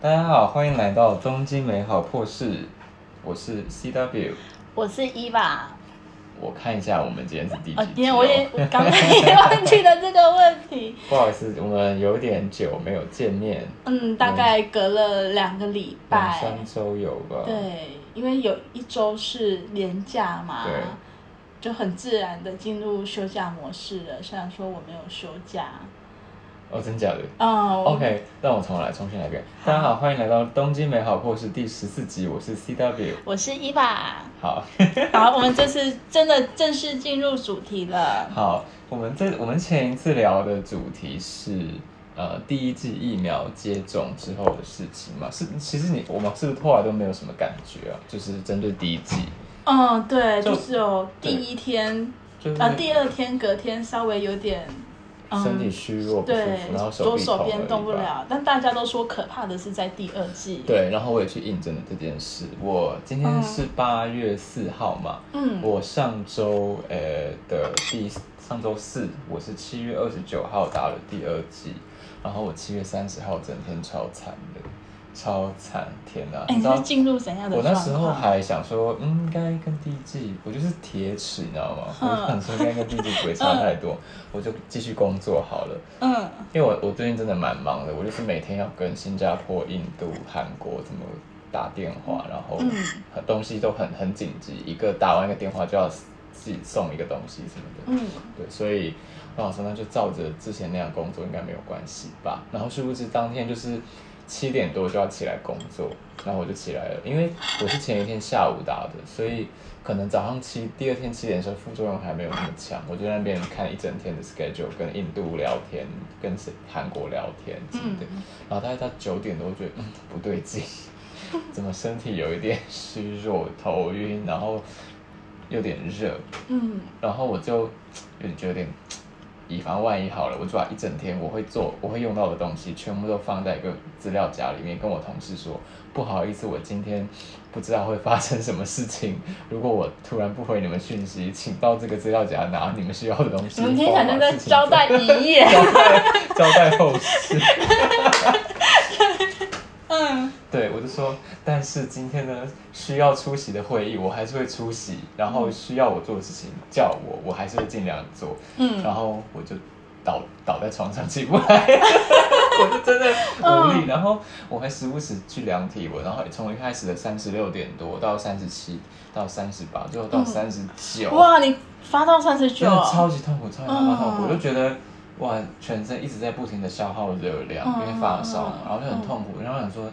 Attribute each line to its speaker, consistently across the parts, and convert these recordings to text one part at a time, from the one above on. Speaker 1: 大家好，欢迎来到东京美好破事，我是 CW。
Speaker 2: 我是伊娃。
Speaker 1: 我看一下我们今天是第
Speaker 2: 哦
Speaker 1: 几，
Speaker 2: 今
Speaker 1: 集、
Speaker 2: 天
Speaker 1: 哦。
Speaker 2: 我也我刚才也忘记了这个问题。
Speaker 1: 不好意思，我们有点久没有见面，
Speaker 2: 嗯，大概隔了两个礼
Speaker 1: 两
Speaker 2: 拜。
Speaker 1: 三周有吧？
Speaker 2: 对，因为有一周是连假嘛
Speaker 1: 对，
Speaker 2: 就很自然的进入休假模式了。虽然说我没有休假，
Speaker 1: 哦，真假的
Speaker 2: 嗯我
Speaker 1: ？OK，让我重来，重新来一遍。大家好，欢迎来到东京美好破事第十四集，我是 CW。
Speaker 2: 我是伊 娃。
Speaker 1: 好，
Speaker 2: 好，我们这次真的正式进入主题了。
Speaker 1: 好，我们这我们前一次聊的主题是呃第一季疫苗接种之后的事情嘛，是其实你我们是不是后来都没有什么感觉啊？就是针对第一季，
Speaker 2: 嗯，对，
Speaker 1: 就
Speaker 2: 就是有第
Speaker 1: 对
Speaker 2: 一天，
Speaker 1: 就是
Speaker 2: 呃，第二天、隔天稍微有点，嗯，
Speaker 1: 身体虚弱不舒
Speaker 2: 对
Speaker 1: 服，然后，手
Speaker 2: 左
Speaker 1: 臂痛
Speaker 2: 手
Speaker 1: 而
Speaker 2: 边
Speaker 1: 已
Speaker 2: 动不
Speaker 1: 吧。
Speaker 2: 了，但大家都说可怕的是在第二季。，
Speaker 1: 对，然后我也去印证了这件事。我今天
Speaker 2: 嗯
Speaker 1: 是八月四号嘛，
Speaker 2: 嗯，
Speaker 1: 我上周呃的第上周四，我是七月二十九号打了第二剂，然后我七月三十号整天超惨的，超惨，天哪！
Speaker 2: 哎，你
Speaker 1: 知道
Speaker 2: 是进入怎样的
Speaker 1: 我
Speaker 2: 状
Speaker 1: 那
Speaker 2: 况？
Speaker 1: 时候还想说，嗯，应该跟第一季，我就是铁齿，你知道吗？
Speaker 2: 嗯
Speaker 1: 我想说应该跟第一季不会差太多，我就继续工作好了。
Speaker 2: 嗯，
Speaker 1: 因为我我最近真的蛮忙的，我就是每天要跟新加坡、印度、韩国怎么打电话，然后
Speaker 2: 嗯
Speaker 1: 很东西都很很紧急，一个打完一个电话就要自己送一个东西什么的。
Speaker 2: 嗯，
Speaker 1: 对，所以我想说那就照着之前那样工作应该没有关系吧。然后殊不知当天就是七点多就要起来工作，然后我就起来了，因为我是前一天下午打的，所以可能早上七第二天七点的时候副作用还没有那么强，我就在那边看一整天的 schedule，跟印度聊天，跟谁韩国聊天什
Speaker 2: 嗯
Speaker 1: 么的，然后大概到九点多我觉得嗯不对劲。 怎么身体有一点虚弱、头晕，然后有点热，
Speaker 2: 嗯，
Speaker 1: 然后我就有点觉得有点以防万一好了，我就把一整天我会做、我会用到的东西全部都放在一个资料夹里面，跟我同事说，不好意思，我今天不知道会发生什么事情，如果我突然不回你们讯息，请到这个资料夹拿你们需要的东西。
Speaker 2: 你们听起来就
Speaker 1: 帮我把
Speaker 2: 在
Speaker 1: 事情
Speaker 2: 交代一夜。
Speaker 1: 交 代交代后事。
Speaker 2: 嗯，
Speaker 1: 对，我就说，但是今天呢，需要出席的会议，我还是会出席，然后需要我做的事情叫我，我还是会尽量做。
Speaker 2: 嗯
Speaker 1: 然后我就倒倒在床上起不来，我就真的无
Speaker 2: 嗯
Speaker 1: 力。然后我还时不时去量体温，然后从一开始的三十六点多到三十七，到三十八，最后到
Speaker 2: 嗯
Speaker 1: 三十九，
Speaker 2: 哇，你发到三十九
Speaker 1: 真，的超级痛苦，超级痛苦，痛苦
Speaker 2: 嗯
Speaker 1: 我就觉得。哇，全身一直在不停的消耗热量，
Speaker 2: 嗯
Speaker 1: 因为发烧嘛，然后就很痛苦，然后想说，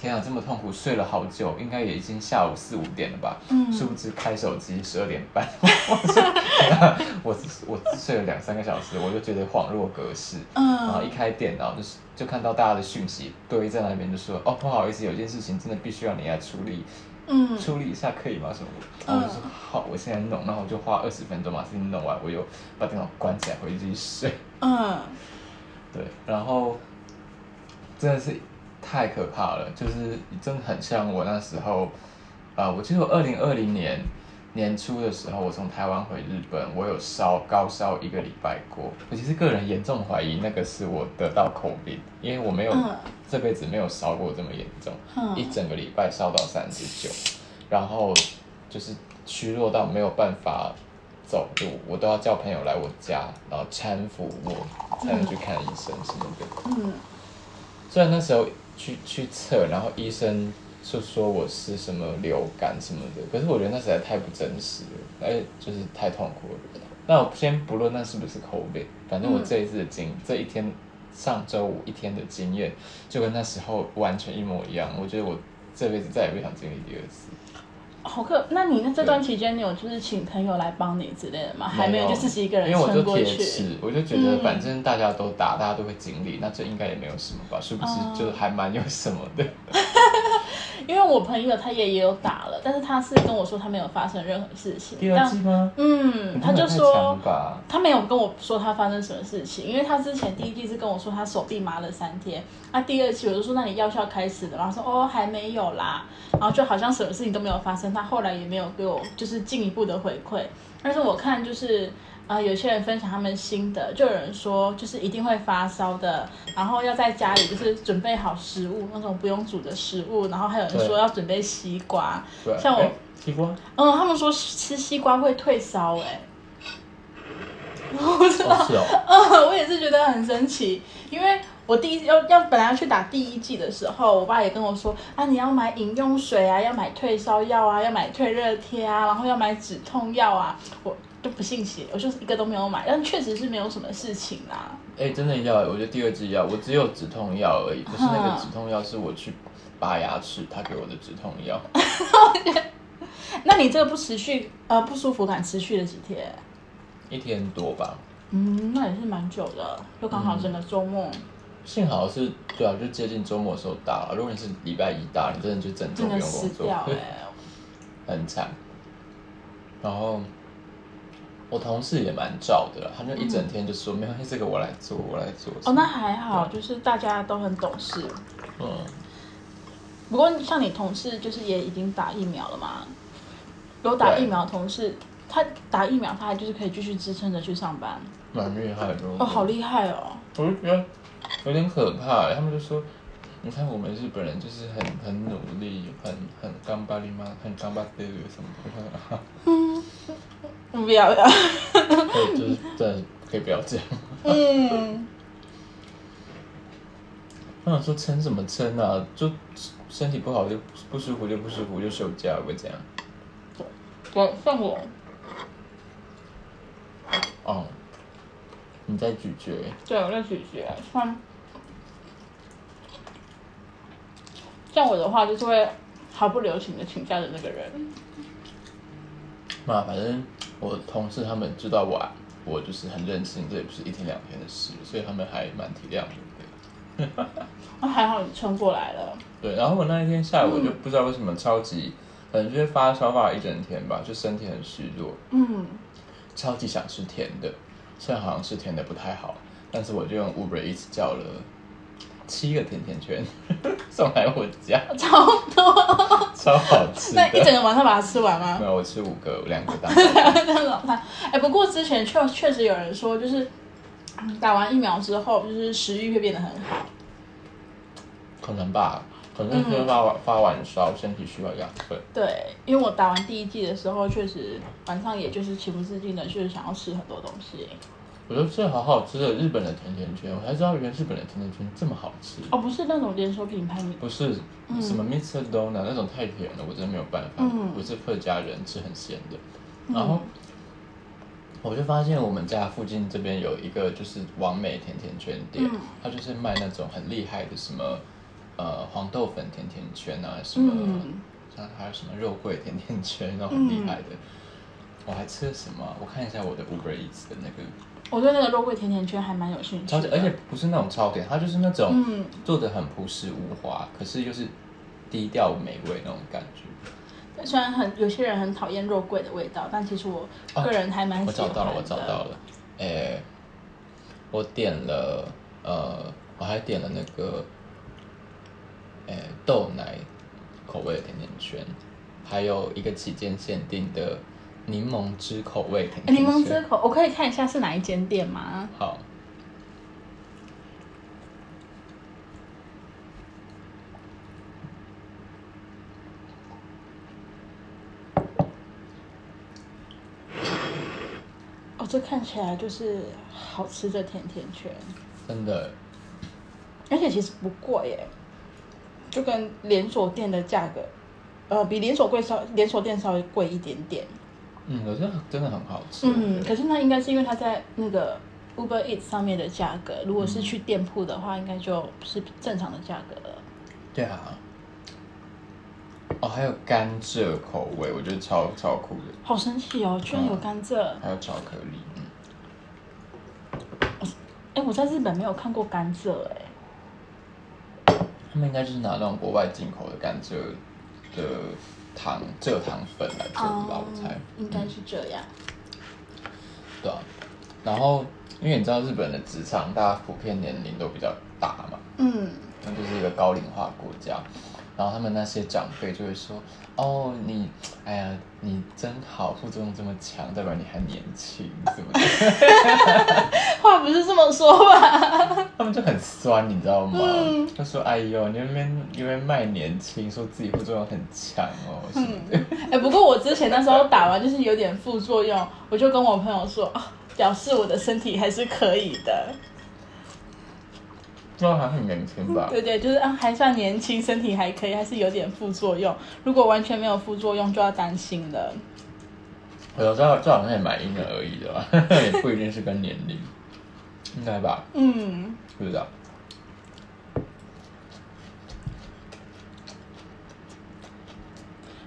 Speaker 1: 天啊，这么痛苦，睡了好久，应该也已经下午四五点了吧，
Speaker 2: 嗯
Speaker 1: 殊不知开手机十二点半， 我说天啊我我睡了两三个小时，我就觉得恍若隔世。然后一
Speaker 2: 嗯，
Speaker 1: 开电脑，就是就看到大家的讯息堆在那边，就说哦不好意思，有件事情真的必须要你来处理，
Speaker 2: 嗯，
Speaker 1: 处理一下可以吗？什么？然后我就说好，我现在弄，然后我就花二十分钟把事情弄完，我又把电脑关起来回去继续睡。
Speaker 2: 嗯，
Speaker 1: 对，然后真的是太可怕了，就是真的很像我那时候，啊、我记得我二零二零年年初的时候，我从台湾回日本，我有烧高烧一个礼拜过，我其实个人严重怀疑那个是我得到 COVID，因为我没有、
Speaker 2: 嗯
Speaker 1: 这辈子没有烧过这么严重，
Speaker 2: 嗯
Speaker 1: 一整个礼拜烧到三十九，然后就是虚弱到没有办法走路，我都要叫朋友来我家，然后搀扶我才能去看医生什么的。
Speaker 2: 嗯，
Speaker 1: 虽然那时候去去测，然后医生就说我是什么流感什么的，可是我觉得那实在太不真实了，而且就是太痛苦了。那我先不论那是不是 COVID，反正我
Speaker 2: 嗯
Speaker 1: 这一次的经、这一天上周五一天的经验，就跟那时候完全一模一样。我觉得我这辈子再也不想经历第二次。
Speaker 2: 好可。那你那这段期间，你有就是请朋友来帮你之类的啊吗？还没有，就自己一个人
Speaker 1: 因为我
Speaker 2: 撑
Speaker 1: 就
Speaker 2: 过
Speaker 1: 铁
Speaker 2: 去。
Speaker 1: 齿，我就觉得
Speaker 2: 嗯
Speaker 1: 反正大家都打，大家都会经历，那这应该也没有什么吧？殊不知
Speaker 2: 哦
Speaker 1: 就还蛮有什么的。
Speaker 2: 因为我朋友他也也有打了，但是他是跟我说他没有发生任何事情。
Speaker 1: 第二
Speaker 2: 但
Speaker 1: 季吗？
Speaker 2: 嗯，
Speaker 1: 你
Speaker 2: 他
Speaker 1: 真的太
Speaker 2: 就说
Speaker 1: 强吧
Speaker 2: 他没有跟我说他发生什么事情，因为他之前第一季是跟我说他手臂麻了三天，那、第二期我就说那你药效开始了吗，然后说哦还没有啦，然后就好像什么事情都没有发生，他后来也没有给我就是进一步的回馈，但是我看就是呃，有些人分享他们心得，就有人说就是一定会发烧的，然后要在家里就是准备好食物，那种不用煮的食物，然后还有人
Speaker 1: 对
Speaker 2: 说要准备西瓜，
Speaker 1: 对，
Speaker 2: 像我
Speaker 1: 哎西 瓜，
Speaker 2: 嗯，他们说吃西瓜会退烧、哎，我不知道，
Speaker 1: 哦是哦，
Speaker 2: 嗯，我也是觉得很神奇，因为我第一要要本来要去打第一剂的时候，我爸也跟我说啊，你要买饮用水啊，要买退烧药啊，要买退热贴啊，然后要买止痛药啊，我就不信邪，我就是一个都没有买，但确实是没有什么事情啦。
Speaker 1: 哎，真的要哎，我觉得第二剂要，我只有止痛药而已，可是那
Speaker 2: 嗯
Speaker 1: 个止痛药是我去拔牙齿，他给我的止痛 药，
Speaker 2: 那你这个不持续呃不舒服感持续了几天？
Speaker 1: 一天多吧，
Speaker 2: 嗯，那也是蛮久的，就刚好整个周末，
Speaker 1: 幸好是，对啊，就接近周末的时候打了。如果你是礼拜一打，你真的就整周
Speaker 2: 真
Speaker 1: 不
Speaker 2: 的
Speaker 1: 用
Speaker 2: 死
Speaker 1: 工作，
Speaker 2: 掉哎、
Speaker 1: 很惨。然后我同事也蛮照的啦，他就一整天就说、没关系，这个我来做，我来做。
Speaker 2: 嗯哦，那还好，就是大家都很懂事。
Speaker 1: 嗯，
Speaker 2: 不过像你同事就是也已经打疫苗了嘛，有打
Speaker 1: 对
Speaker 2: 疫苗的同事，他打疫苗他还就是可以继续支撑着去上班，
Speaker 1: 蛮厉害的。
Speaker 2: 哦，好厉害哦！
Speaker 1: 我就觉得有点可怕欸。他们就说，你看我们日本人就是很很努力，很很干巴力嘛，很干巴爹什么的。
Speaker 2: 不要不要，
Speaker 1: 对，就是真的可以不要这样。
Speaker 2: 嗯，
Speaker 1: 我想说撑什么撑啊？就身体不好就不舒服就不舒服就休假会这样。
Speaker 2: 对，像 我，
Speaker 1: 哦，你在咀嚼，
Speaker 2: 对我在咀嚼，像像我的话就是会毫不留情的请假的那个人，
Speaker 1: 那反正我同事他们知道我我就是很任性，这也不是一天两天的事，所以他们还蛮体谅我的。
Speaker 2: 那还好你撑过来了，
Speaker 1: 对，然后我那一天下午
Speaker 2: 嗯
Speaker 1: 我就不知道为什么超级，可能就是发烧发了一整天吧，就身体很虚弱，
Speaker 2: 嗯，
Speaker 1: 超级想吃甜的，虽然好像吃甜的不太好，但是我就用 Uber Eats 叫了七个甜甜圈 送来我家，
Speaker 2: 超多，
Speaker 1: 超 好吃
Speaker 2: 那一
Speaker 1: 的。
Speaker 2: 整个晚上把它吃完吗？
Speaker 1: 没有，我吃五个，两个蛋
Speaker 2: 这样怎么办？哎，不过之前确确实有人说，就是嗯打完疫苗之后，就是食欲会变得很好。
Speaker 1: 可能吧，可能是
Speaker 2: 嗯
Speaker 1: 发完、发完烧，身体需要养分。
Speaker 2: 对，因为我打完第一剂的时候，确实晚上也就是情不自禁的，就是想要吃很多东西。
Speaker 1: 我觉得这好好吃的日本的甜甜圈，我才知道原来日本的甜甜圈这么好吃。
Speaker 2: 哦，不是那种连锁品牌，你
Speaker 1: 不是什么 Mr. Donut 那种太甜了，我真的没有办法。
Speaker 2: 嗯
Speaker 1: 我是客家人，吃很咸的。然后我就发现我们家附近这边有一个就是完美甜甜圈店，
Speaker 2: 嗯
Speaker 1: 它就是卖那种很厉害的什么呃黄豆粉甜甜圈啊，什么、
Speaker 2: 嗯
Speaker 1: 像还有什么肉桂甜甜圈那种很厉害的。我还吃了什么啊？我看一下我的 Uber Eats 的那个
Speaker 2: 我对那个肉桂甜甜圈还蛮有兴趣
Speaker 1: 超级，
Speaker 2: 的。
Speaker 1: 而且不是那种超甜，它就是那种
Speaker 2: 嗯，
Speaker 1: 做的很朴实无华，可是又是低调美味那种感觉。
Speaker 2: 嗯虽然很有些人很讨厌肉桂的味道，但其实我
Speaker 1: 哦
Speaker 2: 个人还蛮
Speaker 1: 我
Speaker 2: 喜欢
Speaker 1: 找
Speaker 2: 的。
Speaker 1: 到了，我找到了，诶、我点了呃，我还点了那个诶、豆奶口味的甜甜圈，还有一个期间限定的柠檬汁口味甜
Speaker 2: 哎。
Speaker 1: 甜
Speaker 2: 柠
Speaker 1: 圈。
Speaker 2: 檬汁口，我可以看一下是哪一间店吗？
Speaker 1: 好。
Speaker 2: 哦，这看起来就是好吃的甜甜圈。
Speaker 1: 真的，
Speaker 2: 而且其实不贵耶，就跟连锁店的价格，呃，比连锁贵稍连锁店稍微贵一点点。
Speaker 1: 嗯，我觉得真的很好吃。
Speaker 2: 嗯，可是那应该是因为它在那个 Uber Eats 上面的价格，如果是去店铺的话，应该就是正常的价格了。
Speaker 1: 对啊。哦，还有甘蔗口味，我觉得超超酷的。
Speaker 2: 好神奇哦，居然有甘蔗！哎、
Speaker 1: 还有巧克力，嗯，
Speaker 2: 哎我在日本没有看过甘蔗哎。
Speaker 1: 他们应该就是拿那种国外进口的甘蔗的糖蔗糖粉来做的吧，我猜，
Speaker 2: 哦应该是这样。
Speaker 1: 对啊。然后，因为你知道日本的职场，大家普遍年龄都比较大嘛，
Speaker 2: 嗯
Speaker 1: 那就是一个高龄化国家，然后他们那些长辈就会说，哦，你，哎呀，你真好，副作用这么强，代表你还年轻，什么的，
Speaker 2: 话不是这么说吧？
Speaker 1: 他们就很酸，你知道吗？
Speaker 2: 嗯
Speaker 1: 他说，哎呦，你那边因为卖年轻，说自己副作用很强哦，什么的，
Speaker 2: 哎、不过我之前那时候打完就是有点副作用，我就跟我朋友说，啊，表示我的身体还是可以的。
Speaker 1: 那还很年轻吧？
Speaker 2: 对对，就是啊，还算年轻，身体还可以，还是有点副作用。如果完全没有副作用，就要担心了。
Speaker 1: 我有时候这好像也蛮因人而异的吧，也不一定是跟年龄，应该吧？
Speaker 2: 嗯，
Speaker 1: 不知道。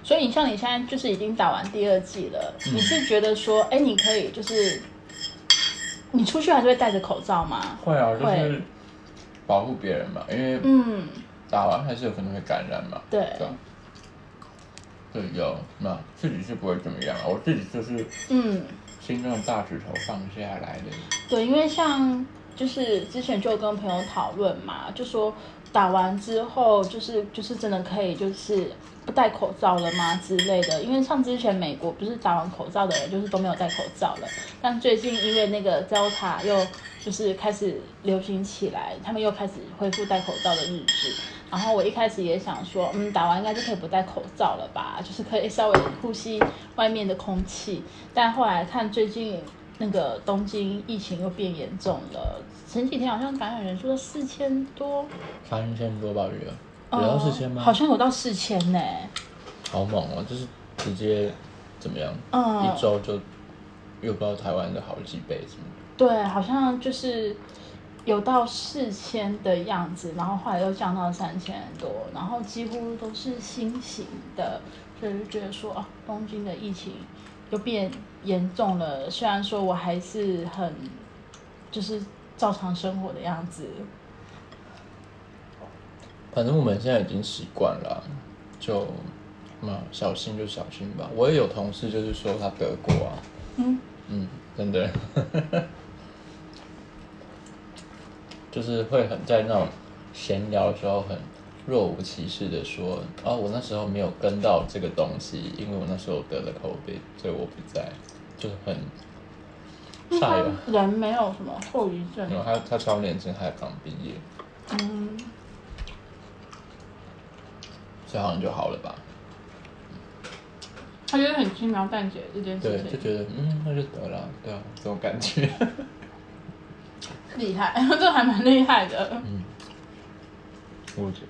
Speaker 2: 所以你像你现在就是已经打完第二季了，你是觉得说，哎，你可以就是你出去还是会戴着口罩吗？
Speaker 1: 会啊，就
Speaker 2: 会
Speaker 1: 是保护别人嘛，因为
Speaker 2: 嗯，
Speaker 1: 打完还是有可能会感染嘛。
Speaker 2: 对
Speaker 1: 对吧。对，有那自己是不会怎么样啊，我自己就是
Speaker 2: 嗯，
Speaker 1: 心中的大指头放下来的。
Speaker 2: 对，因为像就是之前就有跟朋友讨论嘛，就说打完之后就是就是真的可以就是不戴口罩了吗之类的？因为像之前美国不是打完口罩的人就是都没有戴口罩了，但最近因为那个 Delta 又就是开始流行起来，他们又开始恢复戴口罩的日子。然后我一开始也想说，嗯，打完应该就可以不戴口罩了吧，就是可以稍微呼吸外面的空气。但后来看最近那个东京疫情又变严重了，前几天好像感染人数四千多，
Speaker 1: 三千多吧，有有到
Speaker 2: 呃
Speaker 1: 四千吗？
Speaker 2: 好像有到四千呢。
Speaker 1: 好猛哦，就是直接怎么样，
Speaker 2: 嗯
Speaker 1: 一周就又不知道台湾的好几倍什么的。
Speaker 2: 对，好像就是有到四千的样子，然后后来又降到三千多，然后几乎都是新型的，所以就觉得说，哦，东京的疫情又变严重了。虽然说我还是很就是照常生活的样子，
Speaker 1: 反正我们现在已经习惯了啊，就嘛小心就小心吧。我也有同事就是说他得过啊，
Speaker 2: 嗯
Speaker 1: 嗯，真的， 就是会很在那种闲聊的时候很若无其事的说，啊，我那时候没有跟到这个东西，因为我那时候得了 COVID，所以我不在，就是很
Speaker 2: 因为
Speaker 1: 差
Speaker 2: 他
Speaker 1: 呀。
Speaker 2: 人没有什么后遗症
Speaker 1: 然，后他他超年轻，他还刚毕业，
Speaker 2: 嗯，
Speaker 1: 所以好像就好了吧？
Speaker 2: 他觉得很轻描淡写这件
Speaker 1: 对
Speaker 2: 事，
Speaker 1: 就
Speaker 2: 情，
Speaker 1: 觉得嗯，那就得了，对啊，这种感觉。
Speaker 2: 厉害， 这还蛮厉害的。
Speaker 1: 我觉得。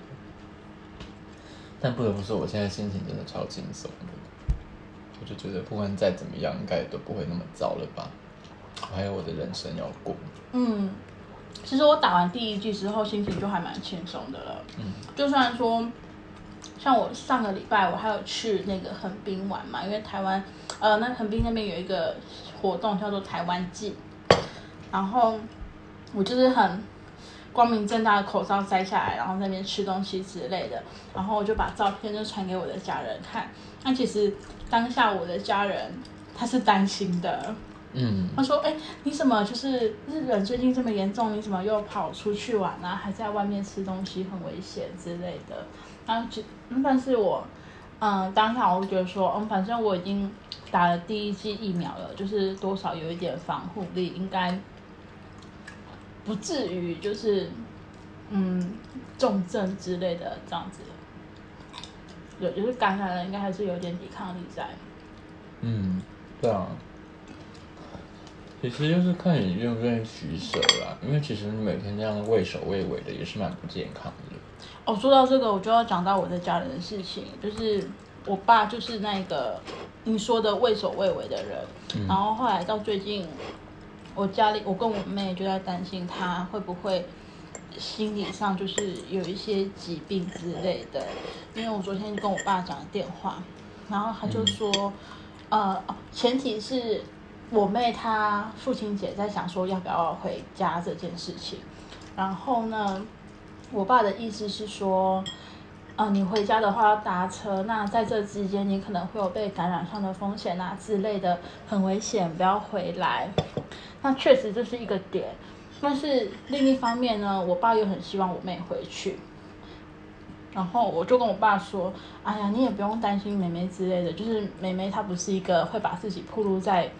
Speaker 1: 但不得不说，我现在心情真的超轻松的。我就觉得，不管再怎么样，应该也都不会那么糟了吧？我还有我的人生要过。
Speaker 2: 嗯，其实我打完第一季之后，心情就还蛮轻松的了。
Speaker 1: 嗯，
Speaker 2: 就算说，像我上个礼拜我还有去那个横滨玩嘛，因为台湾，呃，那横滨那边有一个活动叫做台湾季，然后我就是很光明正大的口罩摘下来，然后在那边吃东西之类的，然后我就把照片就传给我的家人看。那其实当下我的家人他是担心的，
Speaker 1: 嗯，
Speaker 2: 他说：“哎、你怎么就是日本最近这么严重？你怎么又跑出去玩啊？还在外面吃东西，很危险之类的。”然后就，嗯但是我，嗯，当下我就觉得说，嗯，反正我已经打了第一剂疫苗了，就是多少有一点防护力，应该不至于就是，嗯，重症之类的这样子。有就是感染了，应该还是有点抵抗力在。
Speaker 1: 嗯，对啊。其实就是看你愿不愿意取舍啦，因为其实你每天这样畏首畏尾的也是蛮不健康的。
Speaker 2: 哦，说到这个，我就要讲到我的家人的事情，就是我爸就是那个你说的畏首畏尾的人，然后后来到最近，我家里我跟我妹就在担心他会不会心理上就是有一些疾病之类的，因为我昨天跟我爸讲电话，然后他就说，呃，哦前提是我妹她父亲节在想说要不要回家这件事情，然后呢，我爸的意思是说，啊、你回家的话要搭车，那在这之间你可能会有被感染上的风险啊之类的，很危险，不要回来。那确实这是一个点，但是另一方面呢，我爸又很希望我妹回去，然后我就跟我爸说：“哎呀，你也不用担心妹妹之类的，就是妹妹她不是一个会把自己暴露在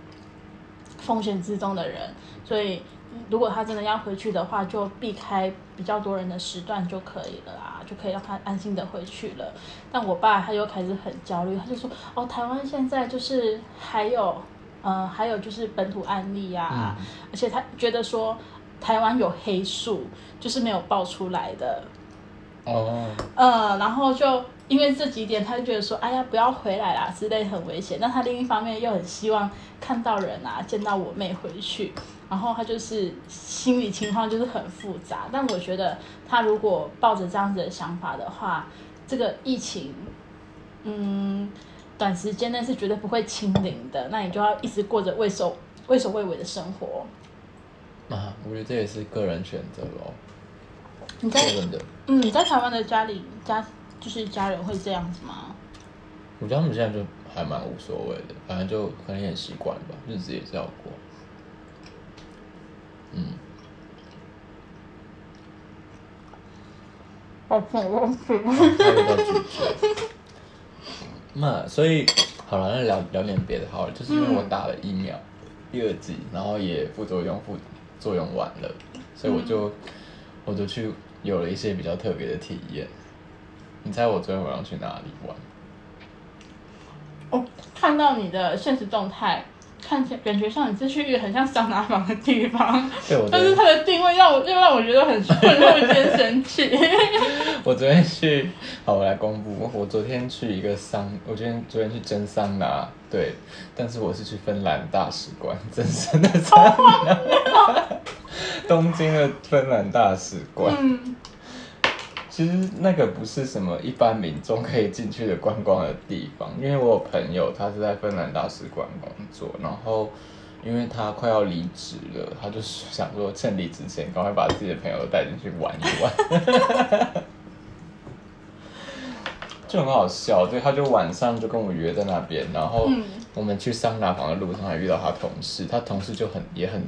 Speaker 2: 风险之中的人，所以如果她真的要回去的话，就避开比较多人的时段就可以了啊，就可以让她安心的回去了。”但我爸他又开始很焦虑，他就说：“哦，台湾现在就是还有，呃，还有就是本土案例呀、啊，
Speaker 1: 嗯
Speaker 2: 而且他觉得说台湾有黑数，就是没有爆出来的。”
Speaker 1: 哦，
Speaker 2: 呃，然后就因为这几点，他就觉得说，哎呀，不要回来啦之类很危险。但他另一方面又很希望看到人啊，见到我妹回去。然后他就是心理情况就是很复杂。但我觉得他如果抱着这样子的想法的话，这个疫情，嗯，短时间内是绝对不会清零的。那你就要一直过着畏首畏首畏尾的生活。
Speaker 1: 啊，我觉得这也是个人选择咯，
Speaker 2: 你在
Speaker 1: 个人的。
Speaker 2: 嗯你在台湾的家里家就是家人会这样子吗？
Speaker 1: 我觉得他们现在就还蛮无所谓的，反正就可能也习惯了吧，日子也是要过。嗯，
Speaker 2: 抱歉，哦我
Speaker 1: 哦他又在咀嚼。那所以好了，那聊聊点别的好了，就是因为我打了疫苗、第二剂，然后也副作用副作用完了，所以我就、我就去有了一些比较特别的体验。你猜我昨天晚上去哪里玩？
Speaker 2: 我哦看到你的现实动态，看起来感觉上你是去一个很像桑拿房的地方，
Speaker 1: 对，我昨
Speaker 2: 但是
Speaker 1: 天
Speaker 2: 它的定位让我又让我觉得 很困惑兼神奇。
Speaker 1: 我昨天去，好，我来公布，我昨天去一个桑，我昨天昨天去蒸桑拿，对，但是我是去芬兰大使馆 蒸桑的桑拿， 东京的芬兰大使馆。
Speaker 2: 嗯，
Speaker 1: 其实那个不是什么一般民众可以进去的观光的地方， 因为我有朋友他是在芬兰大使馆工作，然后因为他快要离职了，他就是想说趁离职前赶快把自己的朋友都带进去玩一玩， 就很好笑。对，他就晚上就跟我约在那边，然后
Speaker 2: 嗯
Speaker 1: 我们去桑拿房的路上还遇到他同事，他同事就很也很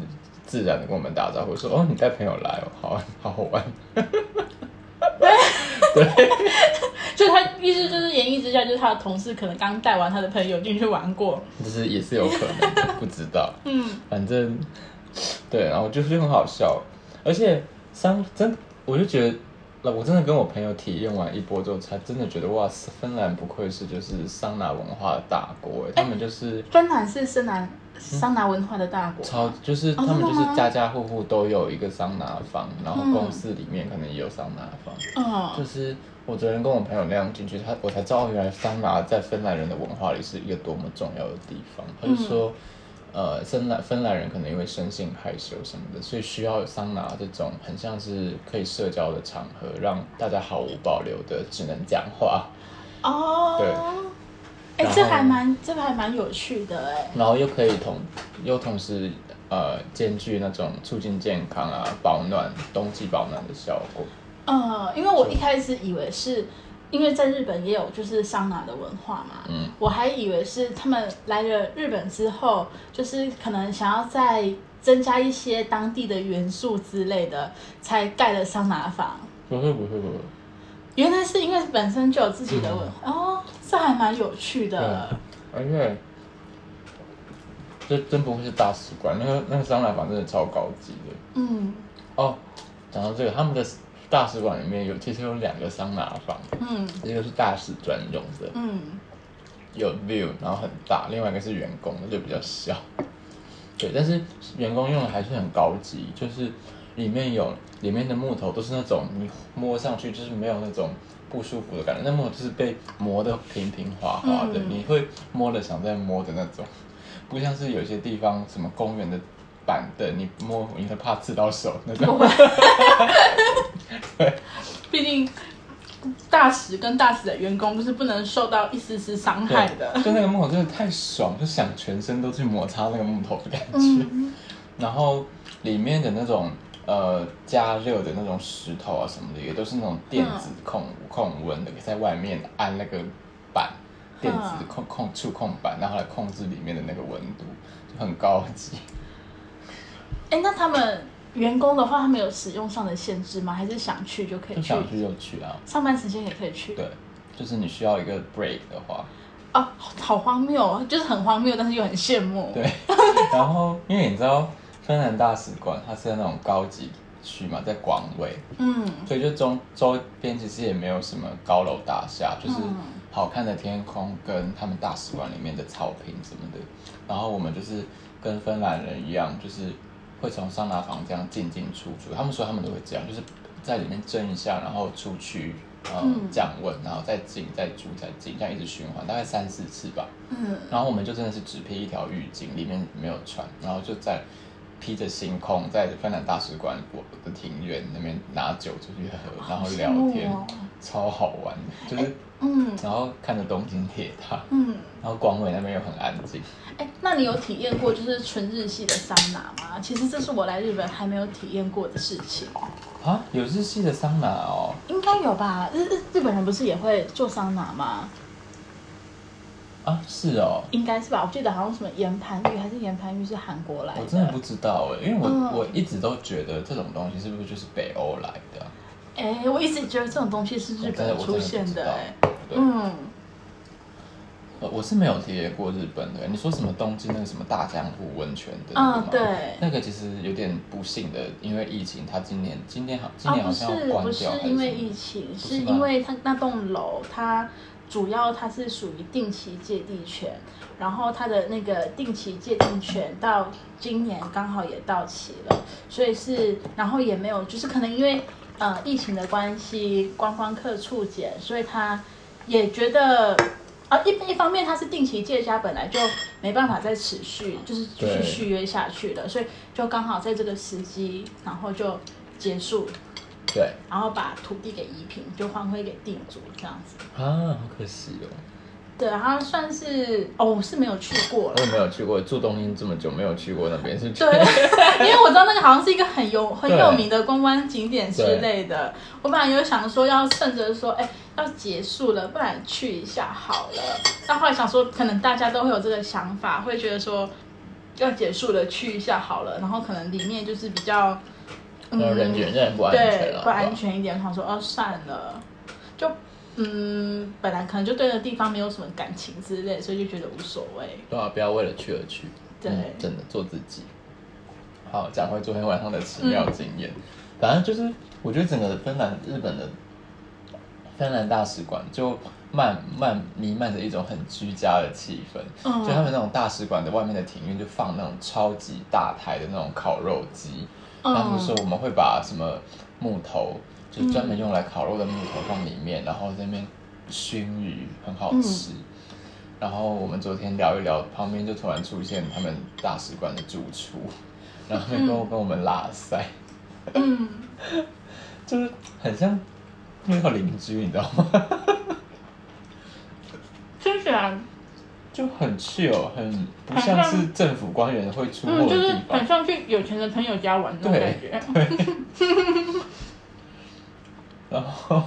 Speaker 1: 自然的跟我们打招呼说：“哦，你带朋友来哦，好啊好好玩。”
Speaker 2: 所以他意思就是言意之下，就是他的同事可能刚带完他的朋友进去玩过。
Speaker 1: 就是也是有可能的，不知道。
Speaker 2: 嗯，
Speaker 1: 反正对，然后就是很好笑，而且桑真，我就觉得，我真的跟我朋友体验完一波之后，才真的觉得哇，芬兰不愧是就是桑拿文化的大国，欸他们就是
Speaker 2: 芬兰是芬兰桑拿文化的大国。
Speaker 1: 超，就是他们就是家家户户都有一个桑拿房，然后公司里面可能也有桑拿房，就
Speaker 2: 嗯，
Speaker 1: 是。我昨天跟我朋友那样进去，他我才知道原来桑拿在芬兰人的文化里是一个多么重要的地方。他就说，呃，芬兰芬兰人可能因为生性害羞什么的，所以需要桑拿这种很像是可以社交的场合，让大家毫无保留的只能讲话，
Speaker 2: 哦，哎、
Speaker 1: 然后
Speaker 2: 这还蛮这还蛮有趣的哎、
Speaker 1: 然后又可以同又同时呃兼具那种促进健康啊、保暖、冬季保暖的效果。
Speaker 2: 呃，因为我一开始以为是，因为在日本也有就是桑拿的文化嘛，
Speaker 1: 嗯，
Speaker 2: 我还以为是他们来了日本之后，就是可能想要再增加一些当地的元素之类的，才盖了桑拿房。
Speaker 1: 不会不会不会，
Speaker 2: 原来是因为本身就有自己的文化、哦，这还蛮有趣的。
Speaker 1: 而且这真不愧是大使馆，那个那个桑拿房真的超高级的。
Speaker 2: 嗯
Speaker 1: 哦，讲到这个，他们的大使馆里面有其实有两个桑拿房，
Speaker 2: 嗯
Speaker 1: 一个是大使专用的，
Speaker 2: 嗯，
Speaker 1: 有 view，然后很大；另外一个是员工的，就比较小。对，但是员工用的还是很高级，就是里面有里面的木头都是那种你摸上去就是没有那种不舒服的感觉，那木头就是被磨得平平滑滑的，
Speaker 2: 嗯
Speaker 1: 你会摸的想再摸的那种，不像是有些地方什么公园的板凳，你摸你会怕刺到手那种。
Speaker 2: 毕竟大使跟大使的员工就是不能受到一丝丝伤害的。
Speaker 1: 就那个木头真的太爽，就想全身都去摩擦那个木头的感觉。
Speaker 2: 嗯
Speaker 1: 然后里面的那种呃加热的那种石头啊什么的，也都是那种电子控、控温的，在外面按那个板，电子控控触控板，然后来控制里面的那个温度，就很高级。
Speaker 2: 哎、那他们员工的话，他们有使用上的限制吗？还是想去就可以
Speaker 1: 就
Speaker 2: 去？
Speaker 1: 想去就去啊。
Speaker 2: 上班时间也可以去。
Speaker 1: 对，就是你需要一个 break 的话，
Speaker 2: 啊，好荒谬哦，就是很荒谬，但是又很羡慕。
Speaker 1: 对。然后因为你知道芬兰大使馆它是在那种高级区嘛，在广尾，
Speaker 2: 嗯，
Speaker 1: 所以就中周边其实也没有什么高楼大
Speaker 2: 嗯
Speaker 1: 厦，就是好看的天空跟他们大使馆里面的草坪什么的。然后我们就是跟芬兰人一样，就是会从桑拿房这样进进出出。他们说他们都会这样，就是在里面蒸一下，然后出去。呃
Speaker 2: 嗯
Speaker 1: 降温，然后再进，再出，再进，这样一直循环，大概三四次吧。
Speaker 2: 嗯，
Speaker 1: 然后我们就真的是只披一条浴巾，里面没有穿，然后就在披着星空，在芬兰大使馆我的庭院那边拿酒出去喝，然后聊天，
Speaker 2: 好羡慕哦
Speaker 1: 超好玩的，就是、
Speaker 2: 嗯
Speaker 1: 然后看着东京铁塔，
Speaker 2: 嗯，
Speaker 1: 然后广尾那边又很安静，
Speaker 2: 哎，那你有体验过就是纯日系的桑拿吗？其实这是我来日本还没有体验过的事情，
Speaker 1: 啊，有日系的桑拿哦，
Speaker 2: 应该有吧？日日日本人不是也会做桑拿吗？
Speaker 1: 啊是哦，
Speaker 2: 应该是吧？我记得好像什么岩盘浴还是岩盘浴是韩国来的，
Speaker 1: 我真的不知道哎，因为我、
Speaker 2: 嗯
Speaker 1: 我一直都觉得这种东西是不是就是北欧来的啊，
Speaker 2: 哎、我一直觉得这种东西是日
Speaker 1: 我真的
Speaker 2: 本
Speaker 1: 我真的
Speaker 2: 出
Speaker 1: 不知
Speaker 2: 现的、
Speaker 1: 道
Speaker 2: 哎，
Speaker 1: 对。
Speaker 2: 嗯，
Speaker 1: 呃，我是没有体验过日本的。你说什么东京那个什么大江户温泉的那个吗
Speaker 2: 嗯？对
Speaker 1: 那个其实有点不幸的，因为疫情，它今年今年好今
Speaker 2: 啊，
Speaker 1: 年
Speaker 2: 不
Speaker 1: 好像要
Speaker 2: 是
Speaker 1: 关
Speaker 2: 不是
Speaker 1: 掉还是什
Speaker 2: 因
Speaker 1: 么
Speaker 2: 为疫情，
Speaker 1: 是
Speaker 2: 是
Speaker 1: 吗
Speaker 2: 因为它那栋楼它主要它是属于定期借地权，然后它的那个定期借定权到今年刚好也到期了，所以是然后也没有就是可能因为呃疫情的关系，观光客触减，所以他也觉得。啊，一一方面它是定期借家，本来就没办法再持续，就是继续
Speaker 1: 对
Speaker 2: 续约下去的，所以就刚好在这个时机，然后就结束
Speaker 1: 对
Speaker 2: 然后把土地给移平，就换回给地主这样子。
Speaker 1: 啊，好可惜哦，
Speaker 2: 对，然后算是哦，我是没有去过
Speaker 1: 我
Speaker 2: 了。
Speaker 1: 也没有去过，住东京这么久没有去过那边是去
Speaker 2: 对，因为我知道那个好像是一个很有很
Speaker 1: 对
Speaker 2: 有名的观光景点之类的。我本来有想说要趁着说，哎，要结束了，不然去一下好了。但后来想说，可能大家都会有这个想法，会觉得说要结束了去一下好了。然后可能里面就是比较，
Speaker 1: 那
Speaker 2: 嗯，
Speaker 1: 呃人员仍然不安全啊
Speaker 2: 对
Speaker 1: 了，，
Speaker 2: 不安全一点。他说哦，算了，就嗯，本来可能就对那个地方没有什么感情之类，所以就觉得无所谓。
Speaker 1: 对啊，不要为了去而去，
Speaker 2: 对
Speaker 1: 嗯真的做自己。好，讲回昨天晚上的奇妙经验，反正就是我觉得整个芬兰日本的芬兰大使馆就漫漫弥漫着一种很居家的气氛，
Speaker 2: 嗯
Speaker 1: 就他们那种大使馆的外面的庭院就放那种超级大台的那种烤肉机，然后他们
Speaker 2: 嗯
Speaker 1: 说我们会把什么木头，就是专门用来烤肉的木头放里面，然后在那边熏鱼，很好
Speaker 2: 嗯
Speaker 1: 吃。然后我们昨天聊一聊，旁边就突然出现他们大使馆的主厨，然后跟我跟我们拉塞，
Speaker 2: 嗯，
Speaker 1: 就是很像遇到邻居，你知道吗？
Speaker 2: 听起来
Speaker 1: 就很 chill，很不像是政府官员会出
Speaker 2: 嗯，
Speaker 1: 没
Speaker 2: 就
Speaker 1: 的
Speaker 2: 是
Speaker 1: 地方
Speaker 2: 很。像去有钱的朋友家玩那种感觉。
Speaker 1: 然后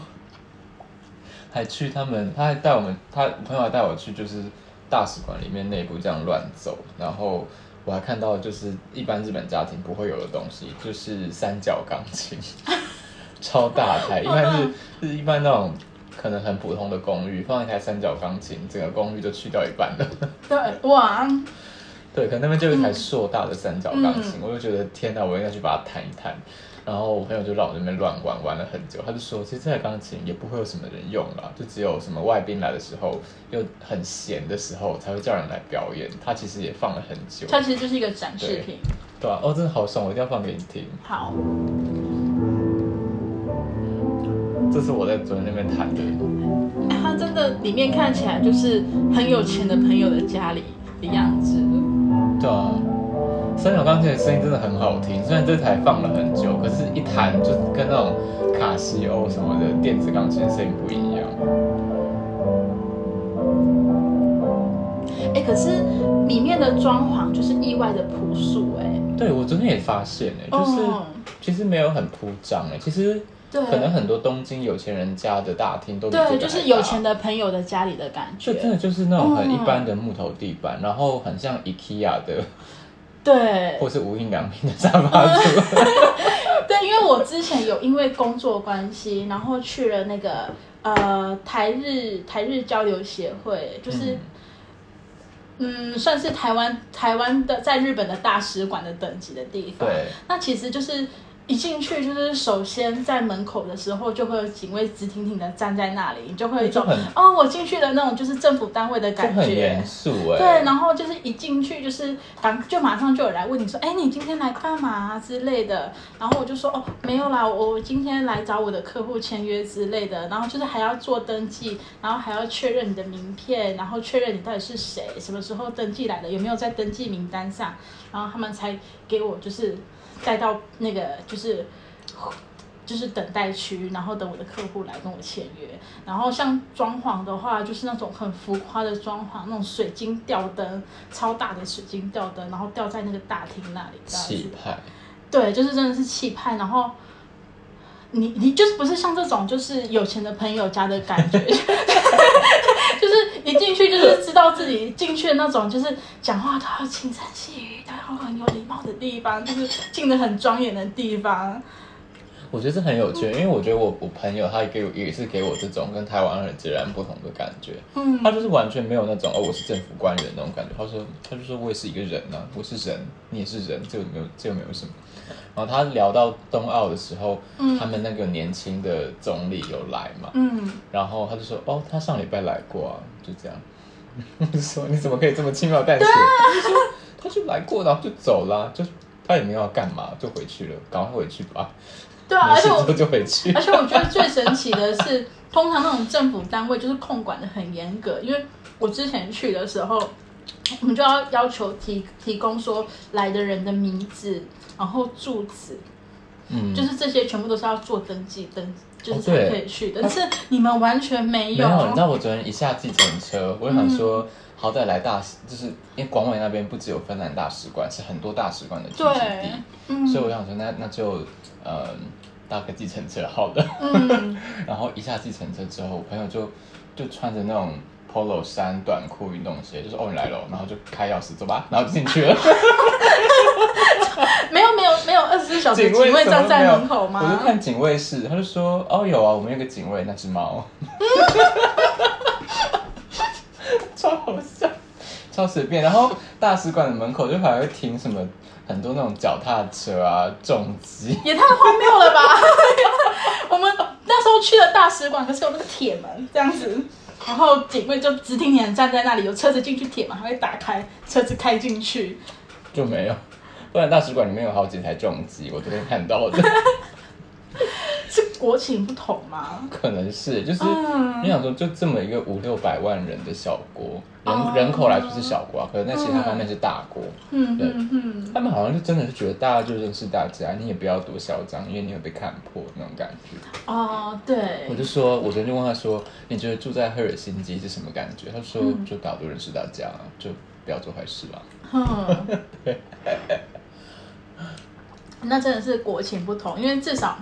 Speaker 1: 还去他们，他还带我们，他朋友还带我去，就是大使馆里面内部这样乱走，然后我还看到就是一般日本家庭不会有的东西，就是三角钢琴， 超大台，一般是是一般那种可能很普通的公寓放一台三角钢琴，整个公寓都去掉一半了。
Speaker 2: 对，哇，
Speaker 1: 对，可能那边就有一台硕大的三角钢琴，我就觉得天哪，我应该去把它弹一弹。然后我朋友就让我那边乱玩，玩了很久。他就说，其实这台钢琴也不会有什么人用啦，就只有什么外宾来的时候，又很闲的时候才会叫人来表演。他其实也放了很久，
Speaker 2: 它其实就是一个展示品。
Speaker 1: 对啊，哦，真的好爽，我一定要放给你听。
Speaker 2: 好，
Speaker 1: 这是我在昨天那边弹的，
Speaker 2: 哎它真的里面看起来就是很有钱的朋友的家里的样子。
Speaker 1: 对啊。三角钢琴的声音真的很好听，虽然这台放了很久，可是一弹就跟那种卡西欧什么的电子钢琴的声音不一样。
Speaker 2: 哎，可是里面的装潢就是意外的朴素，哎，
Speaker 1: 对，我昨天也发现哎、就是、
Speaker 2: 哦
Speaker 1: 其实没有很铺张哎、其实
Speaker 2: 对
Speaker 1: 可能很多东京有钱人家的大厅都比这
Speaker 2: 对，
Speaker 1: 个
Speaker 2: 就是
Speaker 1: 还
Speaker 2: 有
Speaker 1: 大
Speaker 2: 钱，的朋友的家里的感
Speaker 1: 就真
Speaker 2: 觉。
Speaker 1: 的就是那种很一
Speaker 2: 嗯
Speaker 1: 般的木头地板，然后很像 IKEA 的
Speaker 2: 对
Speaker 1: 或是无印良品的沙发组。
Speaker 2: 对，因为我之前有因为工作关系，然后去了那个呃台日台日交流协会， 就是
Speaker 1: 嗯
Speaker 2: 嗯算是台湾台湾的在日本的大使馆的等级的地方。
Speaker 1: 对，
Speaker 2: 那其实就是一进去，就是首先在门口的时候，就会有警卫直挺挺的站在那里，你就会有一种
Speaker 1: 就很
Speaker 2: 哦，我进去的那种就是政府单位的
Speaker 1: 就
Speaker 2: 感
Speaker 1: 很
Speaker 2: 觉
Speaker 1: 严。肃哎。
Speaker 2: 对，然后就是一进去就是赶，就马上就有人来问你说，哎，你今天来干嘛啊、之类的。然后我就说，哦，没有啦，我今天来找我的客户签约之类的。然后就是还要做登记，然后还要确认你的名片，然后确认你到底是谁，什么时候登记来的，有没有在登记名单上。然后他们才给我就是带到那个就是就是等待区，然后等我的客户来跟我签约。然后像装潢的话，就是那种很浮夸的装潢，那种水晶吊灯，超大的水晶吊灯，然后吊在那个大厅那里，这样子
Speaker 1: 气。派，
Speaker 2: 对，就是真的是气派，然后。你你就是不是像这种就是有钱的朋友家的感觉， 就是一进去就是知道自己进去的那种，就是讲话都要轻声细语，都要很有礼貌的地方，就是进的很庄严的地方。
Speaker 1: 我觉得这很有趣，
Speaker 2: 嗯
Speaker 1: 因为我觉得我我朋友他也给我也是给我这种跟台湾人截然不同的感觉。
Speaker 2: 嗯
Speaker 1: 他就是完全没有那种哦，我是政府官员那种感觉。他说，他就说我也是一个人呐、我是人，你也是人，这有没有这有没有什么？然后他聊到冬奥的时候，
Speaker 2: 嗯
Speaker 1: 他们那个年轻的总理有来嘛，
Speaker 2: 嗯，
Speaker 1: 然后他就说，哦，他上礼拜来过啊，就这样。 我就说你怎么可以这么轻描淡写？
Speaker 2: 啊
Speaker 1: 他就说他就来过，然后就走了，就他也没有要干嘛，就回去了，赶快回去吧，
Speaker 2: 对啊，
Speaker 1: 没
Speaker 2: 而
Speaker 1: 事
Speaker 2: 且
Speaker 1: 做
Speaker 2: 我
Speaker 1: 就回去
Speaker 2: 而。且我觉得最神奇的是，通常那种政府单位就是控管的很严格，因为我之前去的时候，我们就要要求提提供说来的人的名字，然后住址，
Speaker 1: 嗯，
Speaker 2: 就是这些全部都是要做登记登，就是
Speaker 1: 哦对
Speaker 2: 才可以去的。但是你们完全没
Speaker 1: 没
Speaker 2: 有，
Speaker 1: 有，你知道我昨天一下计程车，我就想说，好歹来大使，就是因为广伟那边不只有芬兰大使馆，是很多大使馆的聚集
Speaker 2: 对
Speaker 1: 地，，所以
Speaker 2: 嗯
Speaker 1: 我想说那，那就呃搭个计程车好了。
Speaker 2: 嗯，
Speaker 1: 然后一下计程车之后，我朋友就就穿着那种 polo 衫、短裤、运动鞋，就说哦你来了，然后就开钥匙走吧，然后就进去了。
Speaker 2: 没有没有没有二十四小时警卫
Speaker 1: 怎么
Speaker 2: 站在
Speaker 1: 没有
Speaker 2: 门口吗？
Speaker 1: 我就看警卫室，他就说哦有啊，我们有个警卫，那只猫， 超好笑，超随便。然后大使馆的门口就还会停什么很多那种脚踏车啊、重机，
Speaker 2: 也太荒谬了吧！ 我们那时候去了大使馆，可是有那个铁门这样子，然后警卫就直挺挺地站在那里，有车子进去，铁门还会打开，车子开进去。
Speaker 1: 就没有。不然大使馆里面有好几台重机，我昨天看到的，
Speaker 2: 是国情不同吗？
Speaker 1: 可能是就是。
Speaker 2: 嗯
Speaker 1: 你想说，就这么一个五六百万人的小国，人、
Speaker 2: 哦
Speaker 1: 人口来说是小国啊，可是在其他方面是大国。
Speaker 2: 嗯
Speaker 1: 对
Speaker 2: 嗯嗯，
Speaker 1: 他们好像就真的是觉得大家就认识大家，你也不要多嚣张，因为你会被看破那种感觉。
Speaker 2: 哦对
Speaker 1: 我，就说，我昨天就问他说，你觉得住在赫尔辛基是什么感觉？他说，
Speaker 2: 嗯
Speaker 1: 就大家都认识大家，就不要做坏事吧。
Speaker 2: 嗯。那真的是国情不同，因为至少